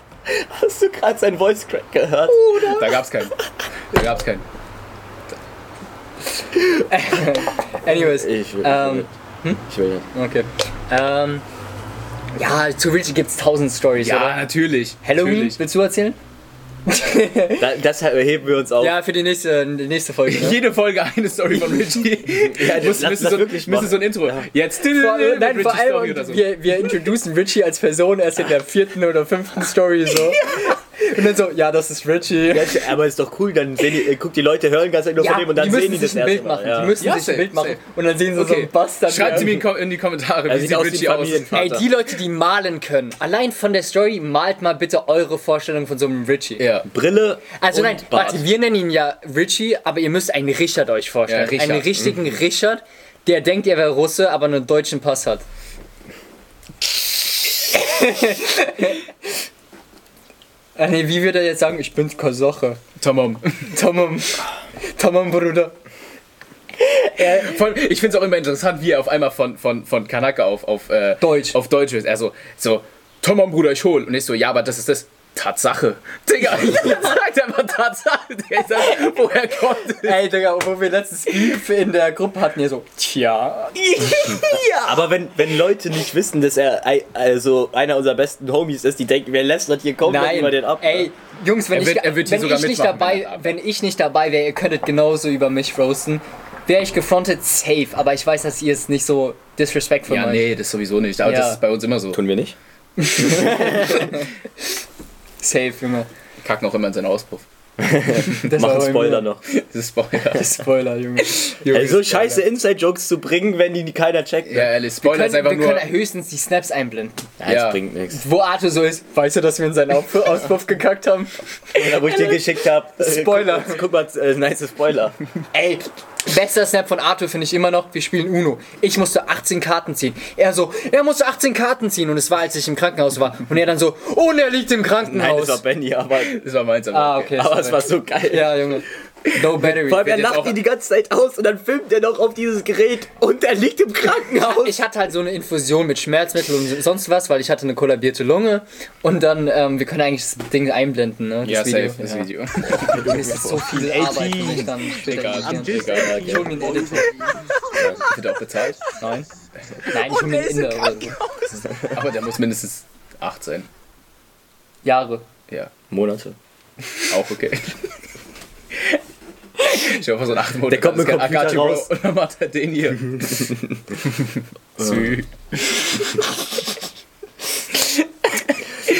Hast du gerade seinen Voice Crack gehört? Da gab's keinen. Da gab's keinen. anyways. Ich will. Ähm, ich will nicht. okay. Ähm, ja, zu Richie gibt's tausend Stories, Ja, oder? natürlich. Halloween, Natürlich. willst du erzählen? Da, das heben wir uns auf. Ja, für die nächste, die nächste Folge. Ne? Jede Folge eine Story von Richie. Ja, das- müssen, lass müssen, das so, wirklich müssen so ein machen. Intro. Ja. Jetzt. Vor, mit nein, vor Richie Story allem, oder so. wir, wir introducen Richie als Person erst in der vierten oder fünften Story so. Und dann so, ja, das ist Richie. Ja, Aber ist doch cool, dann sehen die, äh, guck, die Leute hören ganz einfach nur von dem und dann die müssen sehen die das sich ein Bild erste Mal. machen. Ja. Die müssen Ja, sich ein safe, Bild machen. safe. Und dann sehen sie so Okay. einen Bastard. Schreibt sie der- mir in, Kom- in die Kommentare, Er wie sieht sieht aus wie ein Richie aus. Familienvater. Ey, die Leute, die malen können, allein von der Story, malt mal bitte eure Vorstellung von so einem Richie. Ja. Brille. Also und nein, Bart. warte, wir nennen ihn ja Richie, aber ihr müsst einen Richard Mhm. euch vorstellen. Ja, Richard. Einen richtigen Richard, der denkt, er wäre Russe, aber einen deutschen Pass hat. Ah, nee, wie würde er jetzt sagen, ich bin Kasache. Tamam. Tamam. Tamam, Bruder. Vor allem, ich finde es auch immer interessant, wie er auf einmal von, von, von Kanaka auf, auf äh, Deutsch. auf Deutsch ist. Er so, so, Tom Bruder, ich hol. Und ich so, ja, aber das ist das. Tatsache. Digga, jetzt sagt er mal Tatsache. Digga, ich sag, woher kommt es? Ey, Digga, wo wir letztes Beef in der Gruppe hatten, ihr so, tja. Aber wenn, wenn Leute nicht wissen, dass er ei- also einer unserer besten Homies ist, die denken, wer lässt das hier komplett Nein, über den ab? ne? ey, Jungs, wenn Er wird- ich, er wird hier wenn sogar ich nicht mitmachen, wenn dabei, er darf. wenn ich nicht dabei wäre, ihr könntet genauso über mich roasten. Wäre ich gefrontet, safe, aber ich weiß, dass ihr es nicht so disrespectful Ja, meint. nee, das sowieso nicht. Aber Ja. das ist bei uns immer so. Tun wir nicht? Safe, Junge. Kacken auch immer in seinen Auspuff. Das war Machen bei mir- Spoiler noch. Das ist Spoiler. Spoiler, Junge. Junge Ey, so scheiße Inside-Jokes zu bringen, wenn die keiner checkt. ne? Ja, ehrlich, Spoiler Wir ist einfach können, wir nur. können höchstens die Snaps einblenden. Ja, ja. das bringt nichts. Wo Arthur so ist, weißt du, dass wir in seinen Auf Auspuff gekackt haben? Oder wo ich dir geschickt habe. Spoiler. Guck, mal, äh, nice Spoiler. Ey, bester Snap von Arthur finde ich immer noch, wir spielen Uno. Ich musste 18 Karten ziehen. Er so, er musste 18 Karten ziehen und es war, als ich im Krankenhaus war. Und er dann so, oh, und er liegt im Nein, das Krankenhaus. war Benny, aber, Das war meins, aber ah, okay. aber es sorry. war so geil. Ja, Junge. No battery. Vor allem, er Wird jetzt lacht auch- ihn die ganze Zeit aus und dann filmt er noch auf dieses Gerät und er liegt im Krankenhaus. ich hatte halt so eine Infusion mit Schmerzmittel und sonst was, weil ich hatte eine kollabierte Lunge. Und dann, ähm, wir können eigentlich das Ding einblenden, ne? Das Ja, Video. safe, das Ja. Video. Das ist so viel Arbeit, wenn ich dann Egal, ständig- egal. Ich hol mir einen Editor. Wird auch bezahlt? Nein. Nein, ich hol mir einen Inder oder so. Aber der muss mindestens 8 sein. Jahre. Ja, Monate. auch okay. Ich hoffe, so ein 8 Monate. Der kommt mit das ist kein Computer raus. Bro, und dann macht er den hier. Sü.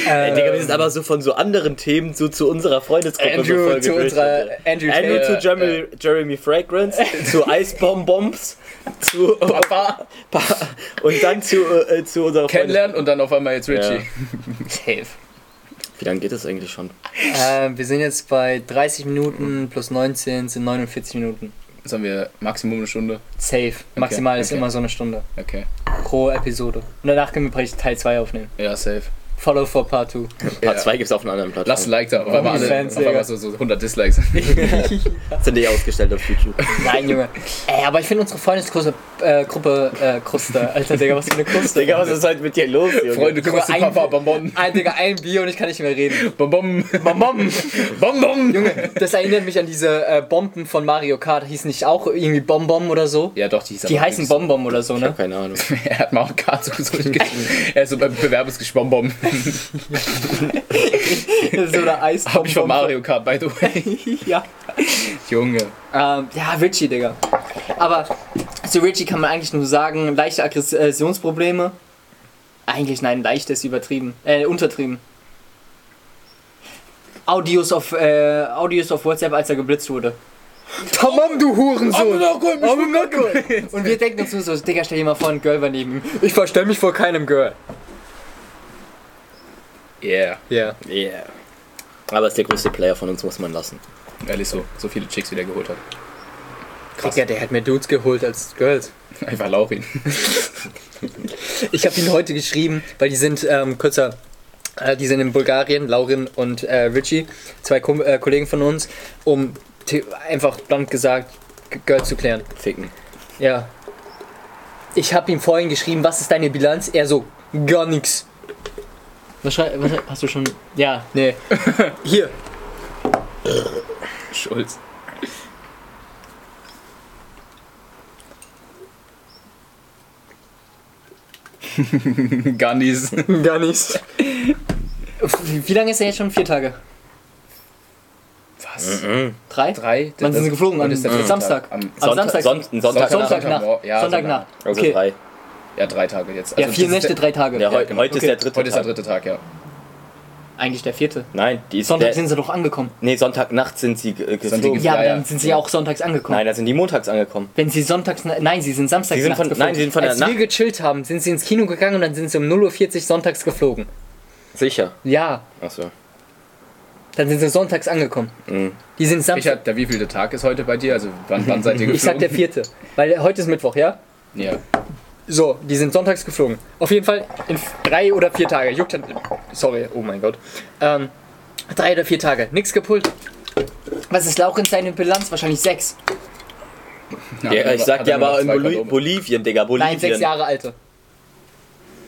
Ey, Digga, wir sind aber so von so anderen Themen so zu unserer Freundesgruppe Andrew voll zu gefüllt, unserer Alter. Andrew Andrew Tate. zu Jeremy, Jeremy Fragrance, zu Eisbonbons, zu Papa. Pa- und dann zu, äh, zu unserer Kennenlernen und dann auf einmal jetzt Richie. Ja. Freundesgruppe. Wie lange geht das eigentlich schon? Äh, wir sind jetzt bei 30 Minuten plus 19 sind 49 Minuten. Jetzt haben wir Maximum eine Stunde. Safe. Maximal ist okay. immer so eine Stunde Okay. pro Episode. Und danach können wir praktisch Teil 2 aufnehmen. Ja, safe. Follow for Part 2. Part Ja. 2 gibt es auf einer anderen Plattform. Lass ein Like da. Auf einmal alle, Fans, auf einmal Digga. so, so 100 Dislikes. Sind eh ausgestellt auf YouTube. Nein, Junge. Ey, aber ich finde unsere Freundesgruppe äh, Gruppe, äh, Kruste. Alter, Digga, was für eine Kruste. Digga, was ist halt mit dir los, Junge? Freunde, Junge, kostet ein- Papa Bonbon. Ein, Digga, ein Bier und ich kann nicht mehr reden. Bonbon. Bonbon. Bonbon. Junge, das erinnert mich an diese äh, Bomben von Mario Kart. Hießen nicht auch irgendwie Bonbon oder so? Ja, doch, die, hieß Die aber heißen nicht so. Bonbon oder so, ne? Keine Ahnung. Er hat mal auch Kart so durchgeschrieben. er ist so beim Bewerbungsgespräch Bonbon. so eine Eisbonbon. Hab ich von Mario Kart, by the way. ja. Junge. Ähm, ja, Richie, Digga. Aber zu Richie kann man eigentlich nur sagen, leichte Aggressionsprobleme. Eigentlich, nein, leicht ist übertrieben. Äh, untertrieben. Audios auf, äh, Audios auf WhatsApp, als er geblitzt wurde. Oh, Komm an, du Hurensohn. Und wir denken uns nur so, Digga, stell dir mal vor, ein Girl war neben ihm. Ich verstell mich vor keinem Girl. Yeah. Ja. Yeah. Aber ist der größte Player von uns, muss man lassen. Ehrlich so, so viele Chicks, wie der geholt hat. Krass. Digga, der hat mehr Dudes geholt als Girls. Einfach Laurin. Ich habe ihn heute geschrieben, weil die sind ähm, kurzer. Äh, die sind in Bulgarien, Laurin und äh, Richie, zwei Kom äh, Kollegen von uns, um the- einfach blunt gesagt G- Girl zu klären. Ficken. Ja. Ich habe ihm vorhin geschrieben, was ist deine Bilanz? Er so, gar nix. Was, schrei- was hast du schon? Ja, nee. Hier. Schulz. Gandhis. Gar nichts. Wie, wie lange ist er jetzt schon? Vier Tage? Was? Drei? Drei? Wann sind sie geflogen? Wann Am ist der vierte Samstag. Tag? Am Am Samstag. Sonntag- Son- Sonntag- Sonntagnacht. Ja, Sonntagnacht. Also Okay. drei. Ja, drei Tage jetzt. Ja, Also vier das ist Nächte, der- drei Tage. Ja, heu genau. heute Okay. ist der dritte Heute ist der Tag. dritte Tag, ja. Eigentlich der vierte. Nein, die ist Sonntag der, sind sie doch angekommen. Nee, Sonntagnacht sind sie äh, geflogen. Ja, Ja, aber ja. dann sind sie ja auch sonntags angekommen. Nein, da sind die montags angekommen. Wenn sie sonntags, nein, sie sind samstags Sie sind von- nachts nein, sie sind von der Als Nacht- wir gechillt haben, sind sie ins Kino gegangen und dann sind sie um 0.40 Uhr sonntags geflogen. Sicher. Ja, Achso. dann sind sie sonntags angekommen. Mhm. Die sind samstags. Richard, der wievielte Tag ist heute bei dir? Also wann, wann seid ihr geflogen? Ich sag der vierte, weil heute ist Mittwoch, ja? Ja. So, die sind sonntags geflogen. Auf jeden Fall in f- drei oder vier Tage. Juckt dann. Sorry, oh mein Gott. Ähm, drei oder vier Tage. Nix gepult. Was ist Lauch in seine Bilanz? Wahrscheinlich sechs. Ja, ich sag Hat dir er nur aber in noch zwei Boli Kondome. Bolivien, Digga, Bolivien. Nein, sechs Jahre alte.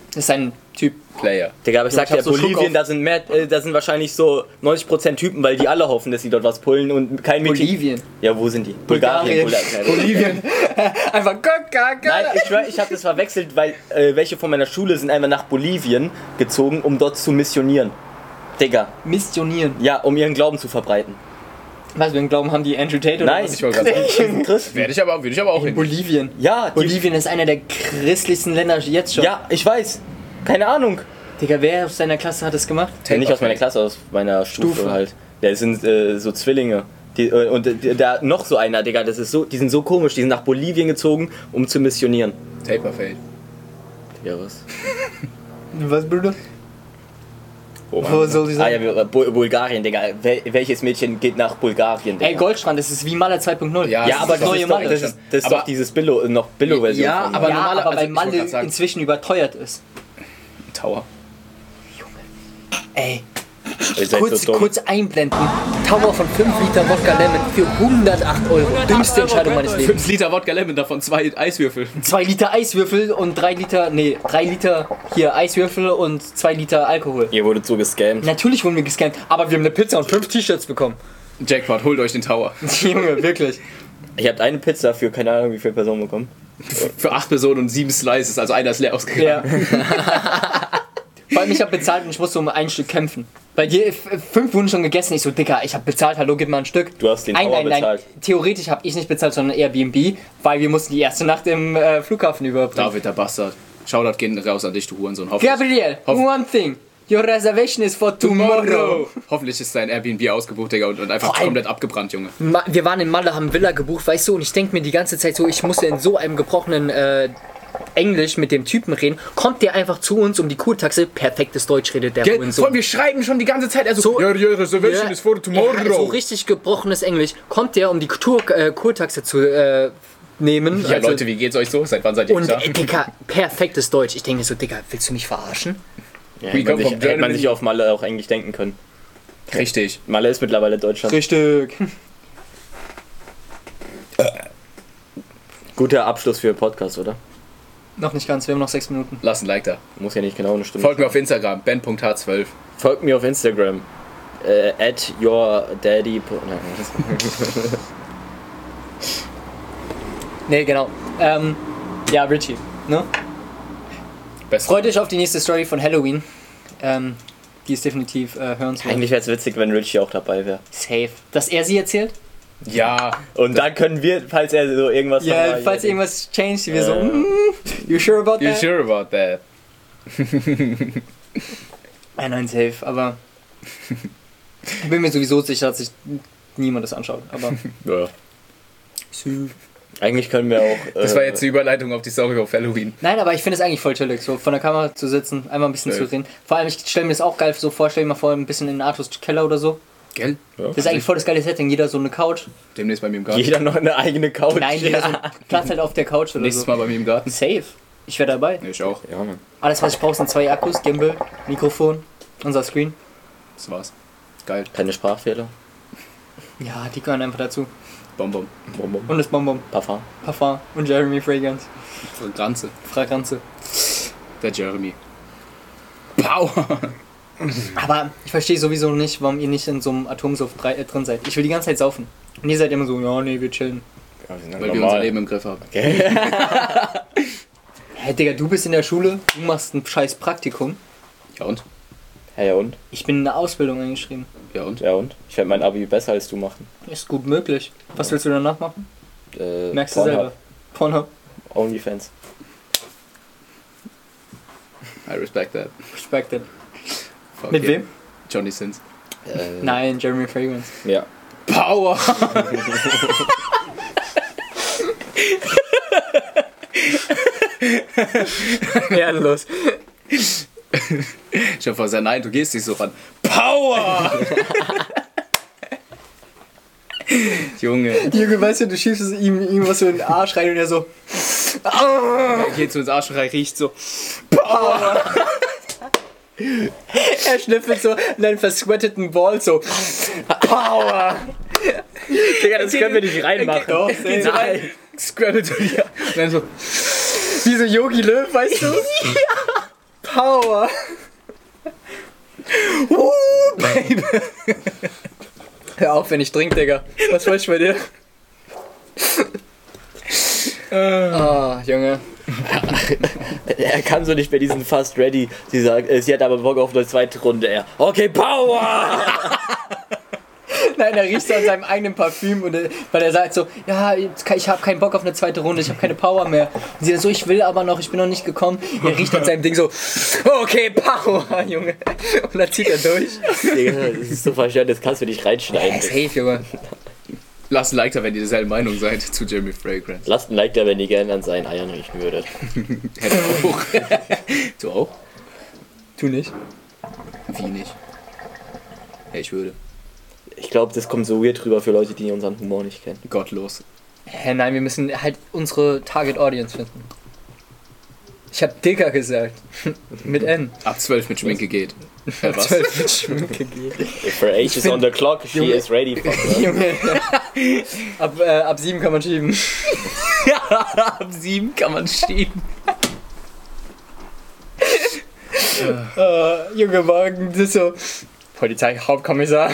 Das ist ein Typ. Player. Digga, aber ich Junge, ich sag hab dir, so Schuck Bolivien, auf- da sind mehr, äh, da sind wahrscheinlich so 90% Typen, weil die alle hoffen, dass sie dort was pullen und kein Mädchen. Bolivien. Ja, wo sind die? Bulgarien. Bulgarien. Bolivien. Einfach Gott, Nein, ich schwör, ich habe das verwechselt, weil äh, welche von meiner Schule sind einmal nach Bolivien gezogen, um dort zu missionieren. Digga, Missionieren. ja, um ihren Glauben zu verbreiten. Was wir im Glauben haben, die Andrew Tate oder Nein, was? Ich wollte gerade sagen. Christen. Werde ich aber, würde ich aber auch hin. Bolivien. Ja, die, Bolivien ist einer der christlichsten Länder jetzt schon. Ja, ich weiß. Keine Ahnung. Digga, wer aus deiner Klasse hat das gemacht? Ja, nicht aus meiner Klasse, aus meiner Stufe, Stufe. halt. Ja, sind äh, so Zwillinge. Die, äh, und äh, da noch so einer, Digga, das ist so, die sind so komisch, die sind nach Bolivien gezogen, um zu missionieren. Taperfade. Ja, was? Was, Bruder? Oh, Wo soll die ah, sein? ja, wir- Bu Bulgarien, Digga. Wel welches Mädchen geht nach Bulgarien, Digga? Ey, Goldstrand, das ist wie Maler 2.0. Ja, ja, das aber ist doch- das, neue ist doch, Malle. das ist, das ist Aber- doch dieses Billo, äh, noch Billo-Version. Ja, von- aber- aber, ja, normale- aber also weil ich Malle wollte grad sagen- inzwischen überteuert ist. Tower. Ey, Ihr seid kurz, so dumm. kurz einblenden. Tower von 5 Liter Wodka Lemon für 108 Euro. Dümmste Entscheidung meines Lebens. 5 Liter Wodka Lemon, davon zwei Eiswürfel. 2 Liter Eiswürfel und 3 Liter, nee, 3 Liter hier Eiswürfel und 2 Liter Alkohol. Ihr wurdet so gescammt. Natürlich wurden wir gescannt, aber wir haben eine Pizza und 5 T-Shirts bekommen. Jackpot, holt euch den Tower. Junge, wirklich. Ich habt eine Pizza für keine Ahnung wie viele Personen bekommen. Für acht Personen und sieben Slices, also einer ist leer Ja. ausgegangen. Vor allem, ich habe bezahlt und ich musste um ein Stück kämpfen. Weil die f- fünf wurden schon gegessen. Ich so, Dicker, ich habe bezahlt, hallo, gib mal ein Stück. Du hast den Tower bezahlt. Theoretisch habe ich nicht bezahlt, sondern Airbnb, weil wir mussten die erste Nacht im äh, Flughafen überbringen. David, der Bastard. Shoutout gehen raus an dich, du Hurensohn. Hoffentlich, Gabriel, Hoff- one thing. Your reservation is for tomorrow. Hoffentlich ist sein Airbnb ausgebucht, Digga, und, und einfach Vor allem- komplett abgebrannt, Junge. Ma wir waren in Malle, haben Villa gebucht, weißt du, und ich denke mir die ganze Zeit so, ich muss in so einem gebrochenen äh, Englisch mit dem Typen reden. Kommt der einfach zu uns um die Kurtaxe, perfektes Deutsch redet der Gell? so. Vor allem, wir schreiben schon die ganze Zeit. Also, So- your, your reservation is for tomorrow. Ja, so richtig gebrochenes Englisch. Kommt der, um die Kur äh, Kurtaxe zu äh, nehmen. Ja, also- Leute, wie geht's euch so? Seit wann seid ihr Und da? äh, Dicker, perfektes Deutsch. Ich denke mir so, Dicker, willst du mich verarschen? Ja, We hätte, man come sich, from hätte man Germany. sich auf Malle auch eigentlich denken können. Richtig. Malle ist mittlerweile Deutschland. Richtig. Guter Abschluss für den Podcast, oder? Noch nicht ganz, wir haben noch sechs Minuten. Lass ein Like da. Muss ja nicht genau eine Stunde. Folgt mir auf Instagram, ben.h12. Folgt mir auf Instagram. Äh, at your daddy. Nee, genau. Ähm, ja, Richie, ne? Best. Freut euch auf die nächste Story von Halloween. Ähm, die ist definitiv äh, hörenswert. Eigentlich wäre es witzig, wenn Richie auch dabei wäre. safe. Dass er sie erzählt? Ja, Und dann können wir, falls er so irgendwas. Ja, nochmal- falls irgendwas changed, wir so, Äh. mm, you sure about you that? sure about that? Nein, Äh, nein, safe, aber ich bin mir sowieso sicher, dass sich niemand das anschaut, aber Ja. Eigentlich können wir auch. Das äh, war jetzt die Überleitung auf die Story auf Halloween. Nein, aber ich finde es eigentlich voll chillig, so von der Kamera zu sitzen, einmal ein bisschen Safe. zu reden. Vor allem, ich stelle mir das auch geil so vor, stell dir mal vor, ein bisschen in Artus Keller oder so. Gell? Das ist eigentlich voll das geile Setting, jeder so eine Couch. Demnächst bei mir im Garten. Jeder noch eine eigene Couch. Nein, jeder so einen Platz halt auf der Couch oder Nächstes so. Mal bei mir im Garten. Safe. Ich wäre dabei. Ich auch. Ja, Mann. Alles, was ich brauche, sind zwei Akkus, Gimbal, Mikrofon, unser Screen. Das war's. Geil. Keine Sprachfehler. Ja, die gehören einfach dazu. Bonbon. Bum, bum. Und das Bonbon, Parfum. Parfum und Jeremy Fragrance. Fragranze. Fragranze. Der Jeremy. Power. Aber ich verstehe sowieso nicht, warum ihr nicht in so einem Atomsuff drei- äh, drin seid. Ich will die ganze Zeit saufen. Und ihr seid immer so, ja, nee, wir chillen. Ja, wir sind Weil wir unser Leben im Griff haben. Hä, Digga, du bist in der Schule, du machst ein scheiß Praktikum. Ja und? Ja, ja und? Ich bin in eine Ausbildung eingeschrieben. Ja und? Ja und? Ich werde mein Abi besser als du machen. Ist gut möglich. Was willst du danach machen? Äh, Merkst du Pornhub. selber. Pornhub. Onlyfans. I respect that. Respected. Fuck Mit it. wem? Johnny Sins. Äh, Nein, Jeremy Fragrance. Ja. Power. ja, los. Ich hab gesagt, nein, du gehst nicht so ran. Power. Junge. Junge, weißt du, du schiebst es ihm, ihm was so in den Arsch rein und er so. Er geht zu uns Arsch rein, riecht so. Er schnüffelt so in einen versquetteten Ball so. Power! Digga, das können wir nicht reinmachen. Doch, Geht so rein. Scrabble zu dir. Und dann so. Wie so Yogi Löw, weißt du? Power! Uh, Baby! Hör auf, wenn ich trinke, Digga. Was wollte ich bei dir? Ah, Junge. Er kann so nicht bei diesen Fast Ready. Sie sagt, äh, sie hat aber Bock auf eine zweite Runde. Er, okay, Power! Nein, er riecht so an seinem eigenen Parfüm und äh, weil er sagt so, ja, jetzt kann- ich habe keinen Bock auf eine zweite Runde, ich habe keine Power mehr. Und sie dann so, ich will aber noch, ich bin noch nicht gekommen. Er riecht an seinem Ding so, okay, Power, Junge. Und dann zieht er durch. Digga, das ist so verstört, das kannst du nicht reinschneiden. Safe, Junge. Lasst ein Like da, wenn ihr derselben Meinung seid zu Jeremy Fragrance. Lasst ein Like da, wenn ihr gerne an seinen Eiern riechen würdet. Hätte ich auch. Äh. du auch? Tu nicht. Wie nicht? Ja, ich würde. Ich glaube, das kommt so weird rüber für Leute, die unseren Humor nicht kennen. Gottlos. Hä, nein, wir müssen halt unsere Target Audience finden. Ich hab Dicker gesagt. mit N. Ab 12 mit Schminke geht. Hä, was? Zwölf mit Schminke geht. If her age is bin- on the clock, she Junge. is ready for that. Junge. ab, äh, ab sieben kann man schieben. Ab 7 kann man schieben. Äh, Junge, morgen, das ist so. Polizei, Hauptkommissar.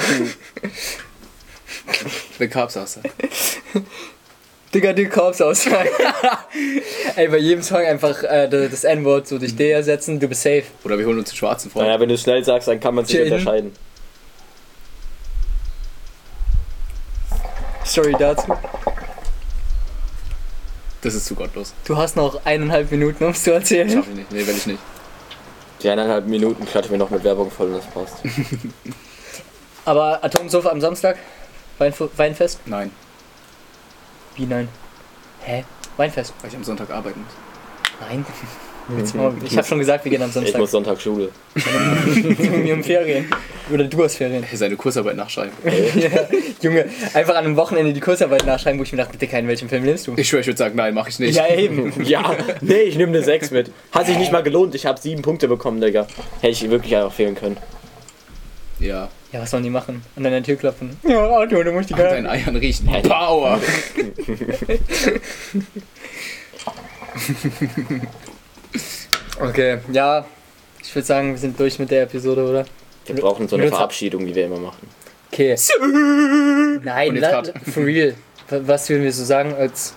The Cops hast du. Digga, die Korps aussagen. Ey, bei jedem Song einfach äh, das das N-Wort so durch D ersetzen, du bist safe. Oder wir holen uns einen schwarzen Freund. Naja, wenn du es schnell sagst, dann kann man sich Jaden. unterscheiden. Story dazu. Das ist zu gottlos. Du hast noch eineinhalb Minuten, um es zu erzählen. Schaff ich nicht. Nee, will ich nicht. Die eineinhalb Minuten klatschen wir noch mit Werbung voll und das passt. Aber Atomsuff am Samstag? Weinf- Weinfest? Nein, Wie nein? Hä? Weinfest? weil ich am Sonntag arbeiten muss. Nein. Jetzt mal- Ich habe schon gesagt, wir gehen am Ich Samstag. muss Sonntag Schule. Wir haben Ferien. Oder du hast Ferien. Hey, seine Kursarbeit nachschreiben. Ja, Junge, einfach an einem Wochenende die Kursarbeit nachschreiben, wo ich mir dachte, Dicker, in welchem Film nimmst du? Ich schwöre, ich würde sagen, nein, mache ich nicht. Ja, eben. Ja, nee, ich nehme eine 6 mit. Hat sich nicht mal gelohnt, ich habe 7 Punkte bekommen, Digga. Hätte ich wirklich einfach fehlen können. Ja. Ja, was sollen die machen? Und an der Tür klopfen. Ja, Auto, du musst die An deinen Karte. Eiern riechen. Power! Okay, ja. Ich würde sagen, wir sind durch mit der Episode, oder? Wir brauchen so eine Nutzer- Verabschiedung, die wir immer machen. Okay. Und Nein, jetzt la- grad. for real. W- Was würden wir so sagen als.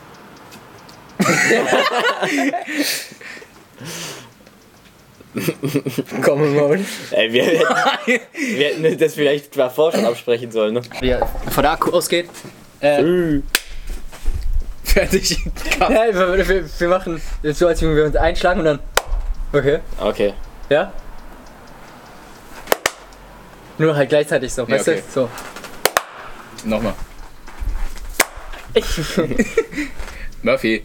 Common Mode. Ey, wir hätten, wir hätten das vielleicht mal vorher schon absprechen sollen, ne? Ja, von da ausgeht. Äh, Fertig. Cut. ja, wir, wir, wir machen jetzt so, als würden wir uns einschlagen und dann. Okay. Okay. Ja? Nur halt gleichzeitig so, weißt okay. du? So. Nochmal. Murphy.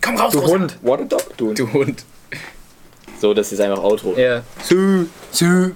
Komm raus, Rosa. Hund. What a dog doing. Du Hund. So, das ist einfach Outro. Ja. Sü. Sü.